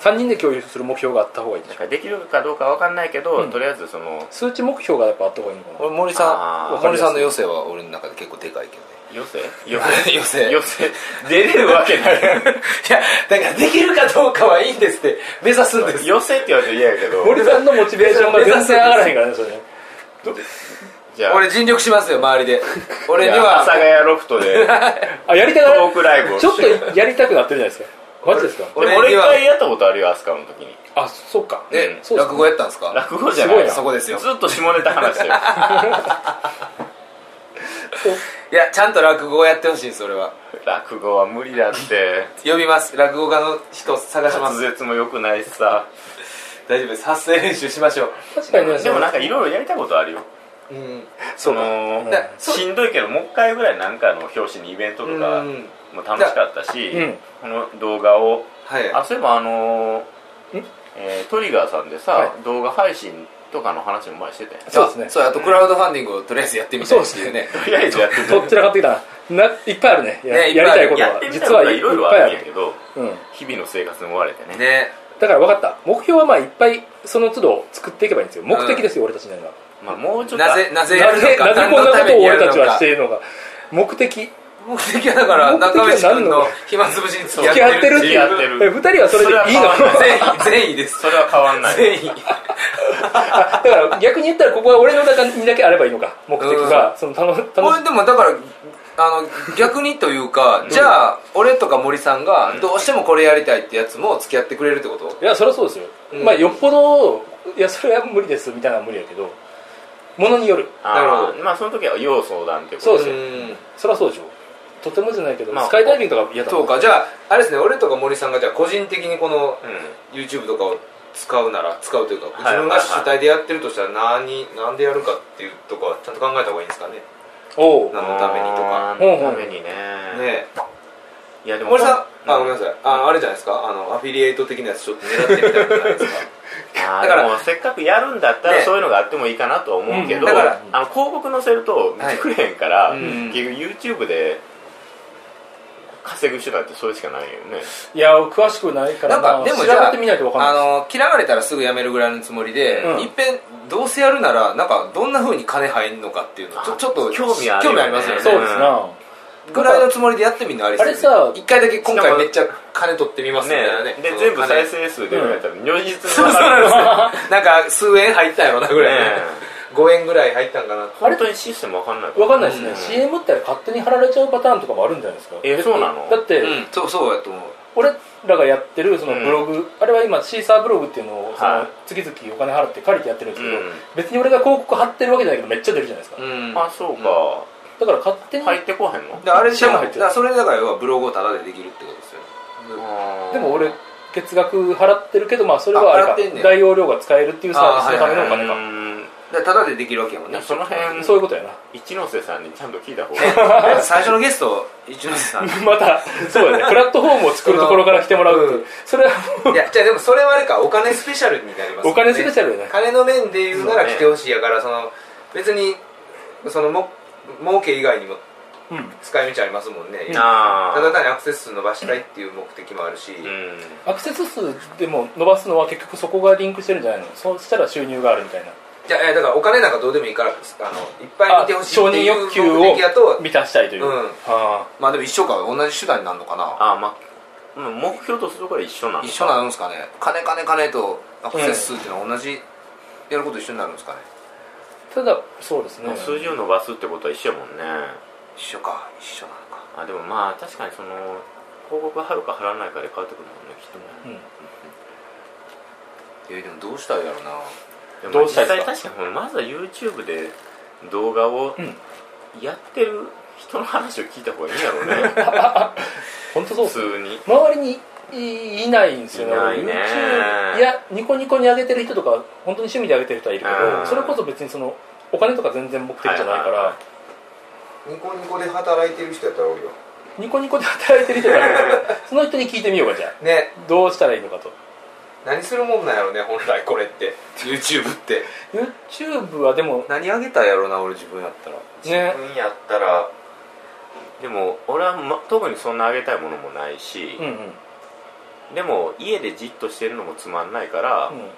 Speaker 2: 3人で共有する目標があった方がいいで
Speaker 3: なん
Speaker 2: しょ
Speaker 3: かできるかどうかわかんないけど、
Speaker 2: うん
Speaker 3: とりあえずその
Speaker 2: 数値目標がやっぱあった方がいいのかな
Speaker 1: 俺森
Speaker 3: あ
Speaker 1: さ
Speaker 3: ー
Speaker 1: ん森さんの余生は俺の中で結構でかいけどね
Speaker 3: 余生
Speaker 1: 余生
Speaker 3: 余生出れるわけな
Speaker 1: い
Speaker 3: い
Speaker 1: やだからできるかどうかはいいんですって目指すんです
Speaker 3: 余生って言われて嫌やけど
Speaker 2: 森さんのモチベーシ ョンが全然上がらへんからねそれね
Speaker 3: じゃあ
Speaker 1: 俺尽力しますよ周りで俺
Speaker 3: じ
Speaker 1: に
Speaker 3: ゃあ阿
Speaker 1: は
Speaker 3: 佐ヶ谷ロフト で
Speaker 2: あやりた
Speaker 3: ト
Speaker 2: がら
Speaker 3: ークライブを
Speaker 2: ちょっ
Speaker 3: してでも
Speaker 2: とやりたくなってるじゃないですかマジですか
Speaker 1: 俺
Speaker 3: 俺
Speaker 1: に
Speaker 3: 一
Speaker 1: は
Speaker 3: 回やったことあるよアスカの時に
Speaker 2: あそうか
Speaker 1: え、
Speaker 2: そうですね
Speaker 1: 落語やったんですか
Speaker 3: 落語じゃない
Speaker 2: すごいな
Speaker 1: そこですよ
Speaker 3: ずっと下ネタ 話してる
Speaker 1: いやちゃんと落語をやってほしいんです俺は
Speaker 3: 落語は無理だって
Speaker 1: 呼びます落語家の人探しま
Speaker 3: 滑
Speaker 1: す
Speaker 3: 舌も良くないしさ
Speaker 1: 大丈夫です発声練習しましょ
Speaker 2: 確かにね
Speaker 3: でもなんかいろいろやりたことあるよ
Speaker 1: ううん
Speaker 3: そ
Speaker 2: うん
Speaker 3: の
Speaker 1: だそう
Speaker 3: しんどいけどもう一回ぐらいなんかの表紙にイベントとか
Speaker 1: うん
Speaker 3: も楽しかったし、
Speaker 2: うん
Speaker 3: この動画を
Speaker 1: はい
Speaker 3: あそういえばあのー
Speaker 2: ん
Speaker 3: えートリガーさんでさ、
Speaker 2: は
Speaker 3: 動画配信とかの話も前にしてたよ
Speaker 2: そうですね
Speaker 1: そうあとクラウドファンディングをとりあえずやってみたいっていうね
Speaker 3: とりあえずやってみ
Speaker 2: とっちらかってきたなないっぱいあるねや
Speaker 1: ね
Speaker 2: やりたいこ
Speaker 1: う
Speaker 2: と
Speaker 1: だ
Speaker 3: やっ
Speaker 2: は
Speaker 3: てみたい
Speaker 2: 実
Speaker 3: こ
Speaker 2: は
Speaker 3: とはいいろい
Speaker 2: っ
Speaker 3: ろ
Speaker 2: ぱい
Speaker 3: あ
Speaker 2: あ
Speaker 3: るんや
Speaker 2: る
Speaker 3: けど
Speaker 2: うん
Speaker 3: 日々の生活に追われてね
Speaker 1: ね
Speaker 2: だから分かった目標はまあいっぱいその都度作っていけばいいんですよ目的ですよ、俺たちなりは
Speaker 3: まあもうちょっと
Speaker 1: なぜなぜや
Speaker 2: な
Speaker 1: る
Speaker 2: ぜ
Speaker 1: のか
Speaker 2: なぜ
Speaker 1: 何
Speaker 2: こん
Speaker 1: の
Speaker 2: なこ
Speaker 1: ため
Speaker 2: とを
Speaker 1: にや
Speaker 2: 俺
Speaker 1: る
Speaker 2: た
Speaker 1: の
Speaker 2: ちはし
Speaker 1: か
Speaker 2: ているのか目的
Speaker 1: 目的はだから
Speaker 2: 目的
Speaker 1: 中
Speaker 2: は
Speaker 1: 道
Speaker 2: 何
Speaker 1: 君
Speaker 2: なの
Speaker 1: の暇つぶしに付き合
Speaker 2: 付
Speaker 1: っ
Speaker 2: き合っててる
Speaker 1: るっ
Speaker 2: ってていうう
Speaker 1: い
Speaker 3: やってる
Speaker 2: え二人はそれでいいの
Speaker 3: それは
Speaker 1: 善意善意です
Speaker 3: それは変わ んない
Speaker 1: 善意
Speaker 2: だから逆に言ったらここは俺の中にだけあればいいのか目的がその楽
Speaker 1: こ
Speaker 2: 楽
Speaker 1: れでもだからあの逆にというかじゃあ俺とか森さんがどうしてもこれやりたいってやつも付き合ってくれるってこと
Speaker 2: いやそりゃそうですよ、
Speaker 1: うん
Speaker 2: まあよっぽどいやそれは無理ですみたいなのは無理やけどものによる
Speaker 3: あー
Speaker 1: なるほ
Speaker 3: まあその時は要相談ってこと
Speaker 2: そうです
Speaker 3: で
Speaker 2: よ
Speaker 1: うん
Speaker 2: そりゃそうでしょとてもじゃないけど、
Speaker 3: まあ
Speaker 2: スカイダイビングとか嫌だもん
Speaker 1: そうかじゃああれですね俺とか森さんがじゃあ個人的にこの
Speaker 3: うん
Speaker 1: YouTube とかを使うなら使うというか
Speaker 3: はい
Speaker 1: 自分が主体でやってるとしたら何何でやるかっていうとこはちゃんと考えた方がいいんですかね
Speaker 2: おう
Speaker 1: 何のためにとか
Speaker 3: あー何のためにね
Speaker 1: ね
Speaker 3: いやで
Speaker 1: え
Speaker 3: も
Speaker 1: 森さんあごめんな
Speaker 3: う
Speaker 1: さいあのあれじゃないですかあのアフィリエイト的なやつちょっと狙ってみたいじゃないですか
Speaker 3: あー
Speaker 1: だから
Speaker 3: でもせっかくやるんだったら、
Speaker 1: ね
Speaker 3: そういうのがあってもいいかなとは思うけど、
Speaker 1: うんだから
Speaker 3: あの広告載せると見てくれへんから、
Speaker 1: いうん
Speaker 3: 結局 YouTube で稼ぐ手段ってそれしかないよね
Speaker 2: いや詳しくないから
Speaker 1: なん
Speaker 2: な
Speaker 1: かでも
Speaker 2: 調
Speaker 1: じゃ
Speaker 2: べ
Speaker 1: あ
Speaker 2: てみないと分かんない
Speaker 1: あの嫌われたらすぐやめるぐらいのつもりで
Speaker 2: うん
Speaker 1: いっぺんどうせやるならなんかどんなふうに金入んのかっていうのちょ
Speaker 3: あ
Speaker 1: ちょっと
Speaker 3: 興味あるよね
Speaker 1: ますよね
Speaker 2: そうですな、
Speaker 1: ぐらいのつもりでやってみるのありそうですね
Speaker 2: あれさ
Speaker 1: 一回だけ今回めっちゃ金取ってみますみたいなね
Speaker 3: ねで
Speaker 1: その
Speaker 3: 全部再
Speaker 1: 金
Speaker 3: 生数で考えたら如実
Speaker 1: そうそう
Speaker 3: に分かる
Speaker 1: なんですよなんか数円入ったんやろなぐらいね
Speaker 3: ね
Speaker 1: 5円ぐらい入ったんかな
Speaker 3: 本当にシステム分かんない
Speaker 2: 分かんないですね、
Speaker 1: うん
Speaker 2: CM って勝手に貼られちゃうパターンとかもあるんじゃないですか
Speaker 3: えそうなの
Speaker 2: だって、
Speaker 1: うんそうそうやと思う
Speaker 2: 俺らがやってるそのブログ、あれは今シーサーブログっていうのをそ
Speaker 3: は
Speaker 2: の月々お金払って借りてやってるんですけど、
Speaker 3: うん
Speaker 2: 別に俺が広告貼ってるわけじゃないけどめっちゃ出るじゃないですか、
Speaker 1: うん
Speaker 3: あそうか、
Speaker 2: だから勝手に、
Speaker 3: 入ってこへんの
Speaker 1: であれで
Speaker 2: シェア
Speaker 1: も
Speaker 2: も入ってる
Speaker 1: だからそれだから要はブログをタダでできるってことですよ
Speaker 2: でも俺月額払ってるけどまあそれは
Speaker 1: あ
Speaker 2: あれか
Speaker 1: 払ってんねん
Speaker 2: 大容量が使えるっていうサービスのためのお
Speaker 3: お
Speaker 2: 金
Speaker 3: 金
Speaker 2: か、
Speaker 1: だからタダでできるわけやもんね
Speaker 3: その辺
Speaker 2: そういうことやな
Speaker 3: 一ノ瀬さんにちゃんと聞 いた方が
Speaker 1: 最初のゲスト一ノ 瀬さん
Speaker 2: またそうやねプラットフォームを作るところから来てもらうっていうそれはもう
Speaker 1: いやじゃあでもそれはあれかお金スペシャルになりますよね
Speaker 2: お金スペシャルやね
Speaker 1: 金の面で言うなら来てほしいやからその別にそのも儲け以外にも
Speaker 2: うん
Speaker 1: 使い道ありますもんね、
Speaker 2: うん
Speaker 1: た
Speaker 3: あ
Speaker 1: だ単にアクセス数伸ばしたいっていう目的もあるし、
Speaker 3: ーうん
Speaker 2: アクセス数でも伸ばすのは結局そこがリンクしてるんじゃないのそうしたら収入があるみたいな
Speaker 1: じゃあえだからお金なんかどうでもいいからあのいっぱい見てほしい
Speaker 2: 承
Speaker 1: って
Speaker 2: 認
Speaker 1: いう
Speaker 2: 欲求
Speaker 1: 目
Speaker 2: を
Speaker 1: 的だと
Speaker 2: 満たしたいという、
Speaker 1: うん
Speaker 2: あ
Speaker 1: まあでも一緒か同じ手段になるのかな
Speaker 3: あーまあうん目標とするところは一緒なの
Speaker 1: 一緒なんですかね金金金とアクセス数っていうのは同じやること一緒になるんですかね
Speaker 2: ーただそうですね、
Speaker 3: 数字を伸ばすってことは一緒やもんね
Speaker 1: 一緒か一緒なのか
Speaker 3: あでもまあ確かにその広告貼るか貼らないかで変わってくるもんねきっとね
Speaker 2: うん
Speaker 1: えーでもどうしたらいいやろうな
Speaker 3: でも
Speaker 2: どうしたいですか
Speaker 3: 実際確かにまずは YouTube で動画を
Speaker 2: うん
Speaker 3: やってる人の話を聞いた方がいいんやろうね
Speaker 2: 本 当そうっ
Speaker 3: 普
Speaker 2: す
Speaker 3: 通に
Speaker 2: 周りにいいないんですよね
Speaker 3: いないね
Speaker 2: YouTube いやニコニコに上げてる人とか本当に趣味で上げてる人はいるけ
Speaker 3: うん
Speaker 2: どそれこそ別にそのお金とか全然目的じゃないから、
Speaker 3: はいはいは
Speaker 1: ニコニコで働いてる人やったらおるよ
Speaker 2: ニコニコで働いてる人がいるからその人に聞いてみようかじゃあ
Speaker 1: ね
Speaker 2: どうしたらいいのかと
Speaker 1: 何するもんなんやろね本来これって YouTube って
Speaker 2: YouTube はでも
Speaker 1: 何あげたやろな俺自分やったら
Speaker 2: ね
Speaker 3: 分やったらでも俺は、ま、特にそんなあげたいものもないし
Speaker 2: うん、うん
Speaker 3: でも家でじっとしてるのもつまんないから、
Speaker 2: うん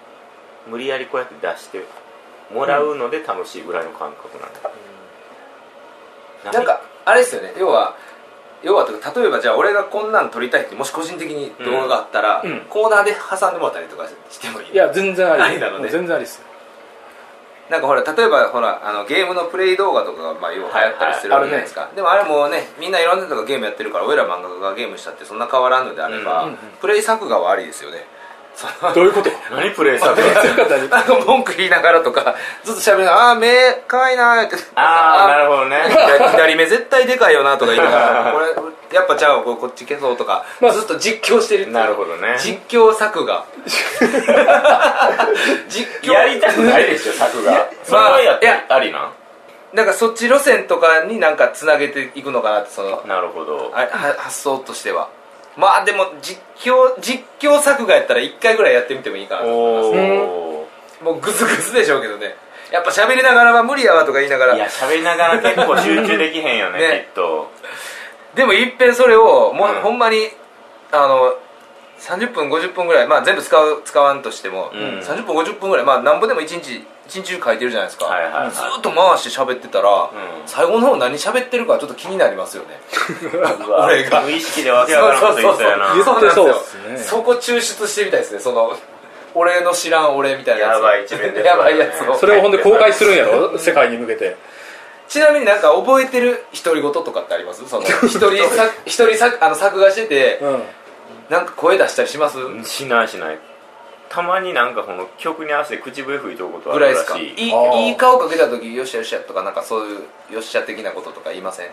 Speaker 3: 無理やりこうやって出してもらうので楽しいぐらいの感覚なの、
Speaker 1: なんかあれですよね要は要はというか例えばじゃあ俺がこんなん撮りたいってもし個人的に動画があったら、
Speaker 2: うんうん
Speaker 1: コーナーで挟んでもらったりとかしてもいい
Speaker 2: いや全然あり
Speaker 1: ありなのね
Speaker 2: 全然ありですよ
Speaker 1: なんかほら例えばほらあのゲームのプレイ動画とかがまあよく流行ったりする
Speaker 2: はいはい
Speaker 1: わけじゃないですか、でもあれもうねみんないろんな人がゲームやってるから俺ら漫画家がゲームしたってそんな変わらんのであれ
Speaker 2: う
Speaker 1: ば、
Speaker 2: んうんうん
Speaker 1: プレイ作画はありですよねその
Speaker 2: どういうこと
Speaker 3: 何プレイされてる
Speaker 1: なんか文句言いながらとかずっと喋りながら「ああー目かわいいな」って
Speaker 3: ああな
Speaker 1: る
Speaker 3: るほどね
Speaker 1: 左目絶対でかいよなとか言いなが ら「これやっぱちゃうこれこっち消そう」とか、ずっと実況してるっていう
Speaker 3: なるほどね
Speaker 1: 実況作 画実況
Speaker 3: やりたくないでしょ作画それはやってありな
Speaker 1: なんかそっち路線とかになんかつなげていくのかなってその
Speaker 3: なるほど
Speaker 1: あは発想としてはまあでも実況実況作画やったら1回ぐらいやってみてもいいかなと
Speaker 3: お
Speaker 2: う
Speaker 3: お
Speaker 1: もうグズグズでしょうけどねやっぱ喋りながらは無理やわとか言いながら
Speaker 3: いや喋りながら結構集中できへんよ ね
Speaker 1: ね
Speaker 3: きっと
Speaker 1: でもいっぺんそれをもう、
Speaker 3: うん
Speaker 1: ほんまにあの30分50分ぐらい、まあ、全部使う使わんとしても、
Speaker 3: うん
Speaker 1: 30分50分ぐらいまあなんぼでも1日一日中書いてるじゃないですか、
Speaker 3: はいはいはい
Speaker 1: ずーっと回して喋ってたら、
Speaker 3: うん
Speaker 1: 最後の方何喋ってるかちょっと気になりますよね
Speaker 3: うわ
Speaker 1: 俺が
Speaker 3: 無意識でわけわからんこと言ってたよな
Speaker 1: そうそうそう
Speaker 2: そう
Speaker 1: そうなんですよそこ抽出してみたいですねその 俺の知らん俺みたいな
Speaker 3: やばい一面ですね
Speaker 1: やばいやつ を
Speaker 2: それをほんで公開するんやろ世界に向けて
Speaker 1: ちなみになんか覚えてる独り言とかってありますそ の一人さ一人さあの作画してて、
Speaker 2: うん
Speaker 1: なんか声出したりします、
Speaker 3: しないしないたまになんかこの曲に合わせて口笛吹いとくことあ
Speaker 1: ぐら
Speaker 3: る
Speaker 1: いで
Speaker 3: ら
Speaker 1: すか
Speaker 3: し
Speaker 1: い
Speaker 3: い
Speaker 1: い
Speaker 2: あー
Speaker 1: いい顔かけた時よっしゃよっしゃとかなんかそういうよっしゃ的なこととか言いません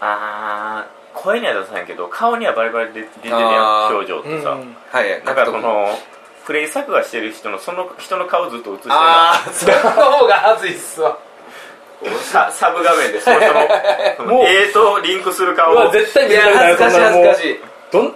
Speaker 3: あー声には出さないけど顔にはバリバリで出てるや
Speaker 1: あ
Speaker 3: ん
Speaker 1: ー
Speaker 3: 表情ってさ
Speaker 1: はいはい
Speaker 3: だ
Speaker 1: なん
Speaker 3: から
Speaker 1: 特
Speaker 3: こ
Speaker 1: に
Speaker 3: のプレイ作画してる人のその人の顔ずっと映してる
Speaker 1: ああそれの方が恥ずいっすわ
Speaker 3: ササブ画面でその人のそ
Speaker 2: も
Speaker 3: の
Speaker 2: う
Speaker 3: 絵とリンクする顔
Speaker 2: うわ
Speaker 3: を
Speaker 2: 絶対
Speaker 1: い
Speaker 2: 見せ
Speaker 1: や
Speaker 2: られ
Speaker 1: 恥ず
Speaker 2: ない
Speaker 1: かしい恥ずかしい
Speaker 2: どん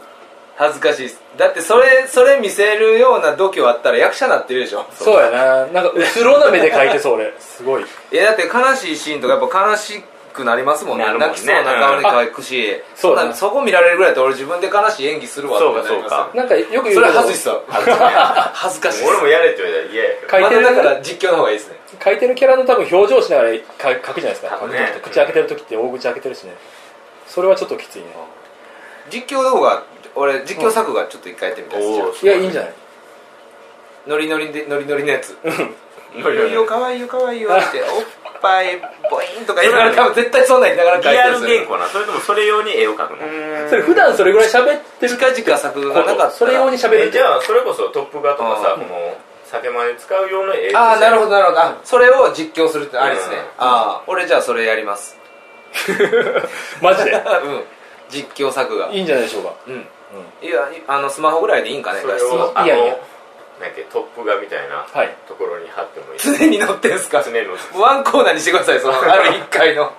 Speaker 1: 恥ずかしいっすだってそれそれ見せるような度胸あったら役者になってるでしょ
Speaker 2: そうやななんかうつろな目で描いてそう俺すごい
Speaker 1: いやだって悲しいシーンとかやっぱ悲しくなりますもんね
Speaker 3: なるもんね
Speaker 1: 泣きそうな顔で描くし、
Speaker 2: そ
Speaker 1: そうう
Speaker 2: だ
Speaker 1: な
Speaker 2: ね
Speaker 1: んそこ見られるぐらいだと俺自分で悲しい演技するわ
Speaker 3: そうか
Speaker 1: ってなりますよ
Speaker 3: そう
Speaker 2: なんかよく言うけど
Speaker 1: それは恥ずいっすわ恥ずかしいっす
Speaker 3: 俺もやれって言われたら嫌やけど
Speaker 2: 書い
Speaker 1: ま
Speaker 2: て
Speaker 1: だ
Speaker 2: る
Speaker 1: だから実況の方がいいですね
Speaker 2: 書いてるキャラの多分表情しながら書く書くじゃないですか
Speaker 3: 書くね
Speaker 2: 口開けてる時って大口開けてるしねそれはちょっときついね
Speaker 1: 実況の方が俺実況作画ちょっと一回やってみたいです、じゃあ
Speaker 2: いやいいんじゃない
Speaker 1: ノリノリでノリノリのやつ
Speaker 3: ノリノリ
Speaker 1: よかわいいよかわいいよっておっぱいボイーンとか言いながら多分絶対そんなん言いながら書い
Speaker 3: リ
Speaker 1: て
Speaker 3: ア
Speaker 1: る
Speaker 3: ル
Speaker 1: んです
Speaker 3: 原
Speaker 1: よ
Speaker 3: 稿なそれともそれ用に絵を描くの
Speaker 2: それ普段それぐらい喋ってる
Speaker 1: 近々作画がなかったら
Speaker 2: それ用に喋る
Speaker 3: えじゃあそれこそトップ画とかさ
Speaker 1: う
Speaker 3: この酒まで使う用の絵
Speaker 1: ああなるほ
Speaker 3: ど
Speaker 1: どなるほどあそれを実況するってあれですね、
Speaker 3: うん
Speaker 1: ああ俺じゃあそれやります
Speaker 2: マジで
Speaker 1: うん実況作画
Speaker 2: いいんじゃないでしょうか
Speaker 1: うんいやいあのスマホぐらいでいいんかね
Speaker 3: それを
Speaker 2: い
Speaker 3: あの
Speaker 2: やいや
Speaker 3: なんかトップ画みたいな
Speaker 2: はい
Speaker 3: ところに貼ってもいい
Speaker 1: 常に乗ってんすか
Speaker 3: 常に載って
Speaker 1: ワンコーナーにしてくださいそのある一回の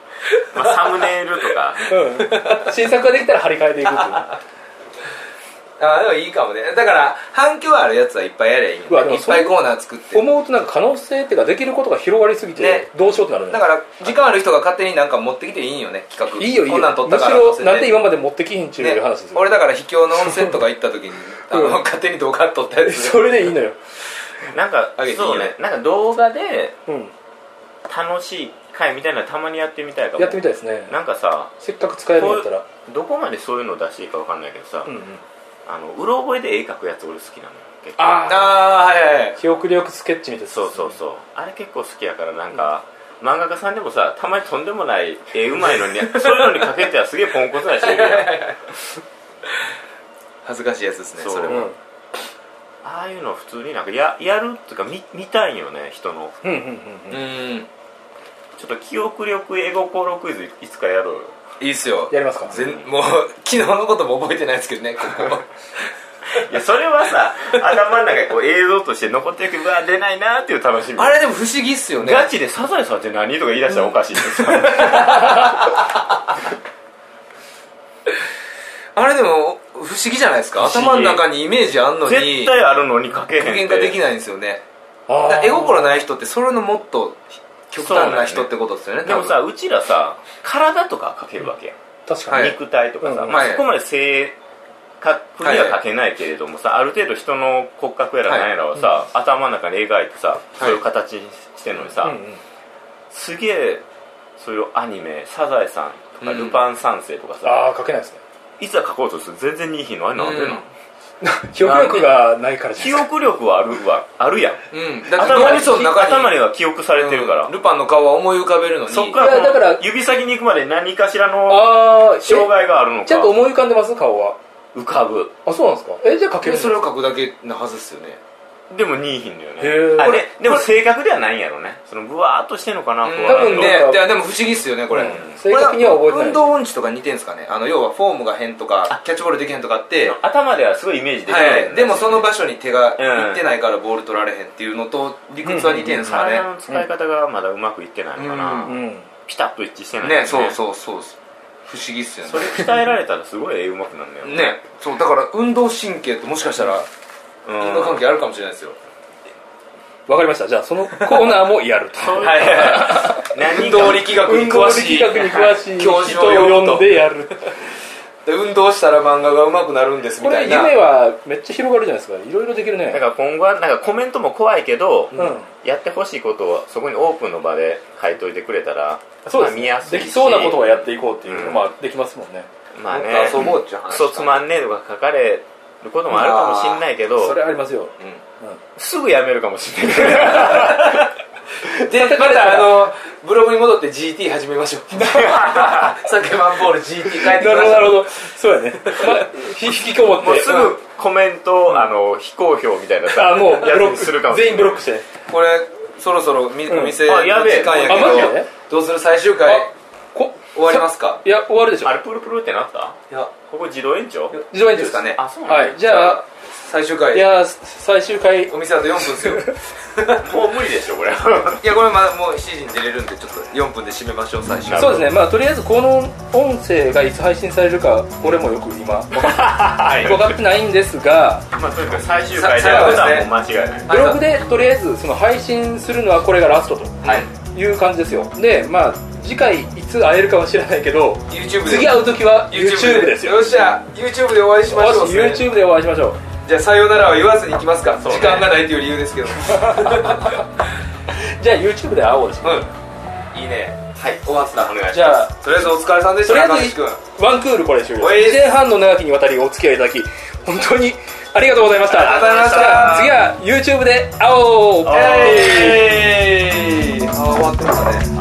Speaker 3: ま あサムネイルとか
Speaker 2: うん新作ができたら張り替えていくっていう
Speaker 1: あでもいいかもねだから反響あるやつはいっぱいやりゃいいよ
Speaker 2: うわで
Speaker 1: ねい
Speaker 2: も
Speaker 1: っ
Speaker 2: そ
Speaker 1: ぱ
Speaker 2: れ
Speaker 1: いコーナー作って
Speaker 2: 思うとなんか可能性っていうかできることが広がりすぎ
Speaker 1: ね
Speaker 2: てどうしようってなるね
Speaker 1: だから時間ある人が勝手になんか持ってきていいんよね企画
Speaker 2: いいよいいよ
Speaker 1: こんなん撮っ
Speaker 2: む
Speaker 1: た
Speaker 2: し
Speaker 1: から
Speaker 2: ろなんで今
Speaker 1: 今
Speaker 2: まで持ってきひんっちゅう話ですよ、
Speaker 1: 俺だから秘境の温泉とか行った時にあの、
Speaker 2: うん
Speaker 1: 勝手に動画撮ったやつ
Speaker 2: それでいいのよ、
Speaker 3: なんか
Speaker 1: あげていいよ
Speaker 3: そうねなんか動画で
Speaker 2: うん、
Speaker 3: 楽しい回みたいなのたまにやってみたいかも
Speaker 2: やってみたいですね
Speaker 3: なんかさ
Speaker 2: せっかく使えるんやったら
Speaker 3: どこまでそういうの出していいかわかんないけどさ、
Speaker 2: うんうん
Speaker 3: あのうろ覚えで絵描くやつ俺好きなのよ結構
Speaker 2: あ
Speaker 1: ああーはいはい
Speaker 2: 記憶力スケッチみたいな
Speaker 3: そうそうそうあれ結構好きやからなんか、漫画家さんでもさたまにとんでもない絵うまいの にそういうのにかけてはすげえポンコツな人いるやん
Speaker 1: 恥ずかしいやつですね
Speaker 3: そう
Speaker 1: それ
Speaker 2: う
Speaker 1: も
Speaker 2: ん
Speaker 3: ああいうの普通になんかややるっていうか見見たいんよね人の
Speaker 2: うんうんうんう
Speaker 1: う
Speaker 2: ん
Speaker 1: ん
Speaker 3: ちょっと記憶力絵心クイズいつかやろうよ
Speaker 1: いいっすよ
Speaker 2: やりますか
Speaker 1: 全もう 昨日のことも覚えてないですけどねこ こ
Speaker 3: いやそれは さ頭の中にこう映像として残っていくうわ出ないなーっていう楽しみ
Speaker 1: あれでも不思議っすよね
Speaker 3: ガチで「サザエさんって何?」とか言い出したらおかしいですよ
Speaker 1: あれでも不思議じゃないですか
Speaker 3: 不思議
Speaker 1: 頭の中にイメージあんの
Speaker 3: 絶
Speaker 1: に
Speaker 3: 対あるのにかけへん
Speaker 1: 具現化でき
Speaker 3: い
Speaker 1: ないんですよね
Speaker 2: あ
Speaker 1: だから
Speaker 2: ー
Speaker 1: 絵心ない人ってそれのもっと極端な人ってことですよね
Speaker 3: でも
Speaker 1: 多
Speaker 3: さうちらさ体とかかけるわけやん
Speaker 2: 確かに、
Speaker 1: はい
Speaker 3: 肉体とかさ、
Speaker 2: うん
Speaker 3: まあ、
Speaker 1: はい
Speaker 3: そこまで正確には書けないけれどもさ、ある程度人の骨格やら何やらはさ、頭の中に描いてさそういう形にしてるのにさ、
Speaker 2: うんうん
Speaker 3: すげえそういうアニメ「サザエさん」とか「
Speaker 1: うん
Speaker 3: ルパン三世」とかさ、
Speaker 2: ああ書けないですね
Speaker 3: いつは書こうとすると全然にいひんのあれなんでな、
Speaker 1: うん
Speaker 3: ん、
Speaker 2: 記憶力がないからじ
Speaker 3: 記
Speaker 2: ゃないで
Speaker 3: 憶力はあるわあるやん
Speaker 1: 分うんだって
Speaker 3: 頭
Speaker 1: 脳
Speaker 3: に
Speaker 1: みその中に
Speaker 3: 頭には記憶されてるから、
Speaker 1: うんルパンの顔は思い浮かべるのに
Speaker 3: そっから
Speaker 2: いや
Speaker 3: この
Speaker 2: だから
Speaker 3: 指先に行くまで何かしら
Speaker 2: すか
Speaker 3: の
Speaker 2: ああー
Speaker 3: 障害があるの
Speaker 2: えちゃんと
Speaker 3: か
Speaker 2: 思い浮かんでます顔は
Speaker 3: 浮かぶ
Speaker 2: あそうなんですかえじゃあ書ける
Speaker 1: で
Speaker 2: んです
Speaker 1: そ
Speaker 2: か
Speaker 1: れを描くだけなはずですよね
Speaker 3: でもにいひんのよ
Speaker 2: へ
Speaker 3: ね
Speaker 2: ー
Speaker 3: あ
Speaker 2: こ
Speaker 3: れ
Speaker 2: れ
Speaker 3: でも正確ではないんやろねそのブワーっとしてんのかなこう
Speaker 1: 多分
Speaker 2: どう
Speaker 1: ね
Speaker 2: だろう
Speaker 1: いやでも不思議っすよねこれ、
Speaker 2: うん正確には覚えてない
Speaker 1: 運動音痴とか似てんすかねあの要はフォームが変とかキャッチボールできへんとかあって
Speaker 3: 頭ではすごいイメージでき
Speaker 1: は
Speaker 3: ない、
Speaker 1: い、でもその
Speaker 3: 場
Speaker 1: 場所に手がいってないからボール取られへんっていうのと理屈は似てんすかね、
Speaker 3: 体の使い方がまだうまくいってないのかな、
Speaker 1: う
Speaker 2: うん
Speaker 3: ピタッと一致してない
Speaker 1: ねそうそうそう不思議っすよ
Speaker 3: それ
Speaker 1: ね
Speaker 3: 鍛えられたらすごい絵うまくなるんだよ
Speaker 1: ねそうだから運動神経ともしかしたら
Speaker 3: うん
Speaker 1: 因果関係あるかもしれないですよ、
Speaker 2: わかりましたじゃあそのコーナーもやると
Speaker 3: そういう
Speaker 1: はい運
Speaker 3: 何
Speaker 1: 動
Speaker 3: が
Speaker 1: 力学に詳しい
Speaker 2: 運動力学に詳しい
Speaker 1: 教
Speaker 2: 人
Speaker 1: 授を呼ぶ
Speaker 2: を
Speaker 1: と
Speaker 2: 呼んでやる
Speaker 1: で運動したら漫画が上手くなるんですみ
Speaker 2: こ
Speaker 1: た
Speaker 2: れ
Speaker 1: いな
Speaker 2: 夢はめっちゃ広がるじゃないですかいろいろできる
Speaker 3: だか
Speaker 2: ね
Speaker 3: ら今後はなんかコメントも怖いけど、
Speaker 2: うん
Speaker 3: やってほしいことをそこにオープンの場で書いといてくれたら
Speaker 2: そうです
Speaker 3: まあ見やすい
Speaker 2: で
Speaker 3: し
Speaker 2: きそうなことはやっていこうっていう
Speaker 3: うん
Speaker 2: まあできますもんね
Speaker 3: まあね
Speaker 1: もっと遊ぼうって話
Speaker 3: クソつ まんねえとか書かれることもあるかもしんないけど
Speaker 2: それありますよ
Speaker 3: すぐやめるかもしんないけど
Speaker 1: うんでまたあのブログに戻って GT 始めまし ょうサケマンボール GT 帰ってきま
Speaker 2: な
Speaker 1: し
Speaker 2: るほど
Speaker 1: た
Speaker 2: なるほどそうやねまあひ引きこもっ
Speaker 3: もう
Speaker 2: て
Speaker 3: すぐコメント、あの非公表みたいなさ
Speaker 2: あもうブロ
Speaker 3: や
Speaker 2: ッ
Speaker 3: つにするか
Speaker 2: ク
Speaker 3: もしれな
Speaker 2: 全員
Speaker 3: い
Speaker 2: ブロックしてね
Speaker 1: これそろそろみ
Speaker 2: うん
Speaker 1: お店
Speaker 3: あ
Speaker 1: の
Speaker 3: やべえ
Speaker 1: 時間やけ
Speaker 2: あマジで
Speaker 1: どどうする最終回
Speaker 2: あこ
Speaker 1: 終わりますか
Speaker 2: いや終わるでしょ
Speaker 3: あれプルプルってなった
Speaker 1: いや
Speaker 3: ここ自動延長
Speaker 2: 自動延長
Speaker 1: ですかね
Speaker 3: あそうなんだ
Speaker 2: はいじゃあ
Speaker 1: 最終回
Speaker 2: いやー最終回
Speaker 1: お店あと4分です よ
Speaker 3: もう無理でしょこれ
Speaker 1: いやこれまだもう7時に出れるんでちょっと4分で締めましょう最終
Speaker 3: なるほど
Speaker 2: そうですねまあとりあえずこの音声がいつ配信されるか俺もよく今わか
Speaker 3: はい
Speaker 2: 分かってないんですが
Speaker 3: まあとにかく最終回で
Speaker 1: さ
Speaker 3: や
Speaker 1: 最
Speaker 3: る
Speaker 1: 後
Speaker 3: のは
Speaker 1: です
Speaker 3: もう
Speaker 1: ね
Speaker 3: 間違いない
Speaker 2: ブログでとりあえずその配信するのはこれがラストと
Speaker 1: はい
Speaker 2: いう感じですよでまあ次回いつ会えるかは知らないけど
Speaker 1: YouTube で
Speaker 2: 次会う時は YouTube ですよ
Speaker 1: よっしゃ YouTube でお会いしましょう
Speaker 2: よし YouTube でお会いしましょう
Speaker 1: じゃあさようならは言わずに行きますか、
Speaker 3: そうね
Speaker 1: 時間がないという理由ですけど
Speaker 2: じゃあ YouTube で会おうです
Speaker 1: うんいいねはい終わった
Speaker 3: お願いし
Speaker 2: じ
Speaker 3: ま
Speaker 2: ゃ
Speaker 3: す
Speaker 2: あ
Speaker 1: とりあえずお疲れさんでし
Speaker 2: と
Speaker 1: た
Speaker 2: りあえず
Speaker 1: 中西君
Speaker 2: ワンクールこれ終了
Speaker 1: おい
Speaker 2: 1年半の長きにわたりお付き合いいただき本当にありがとうございました
Speaker 1: ありがとうございました
Speaker 2: 次は YouTube で会おう
Speaker 3: あ
Speaker 1: えー、あー終わってましたね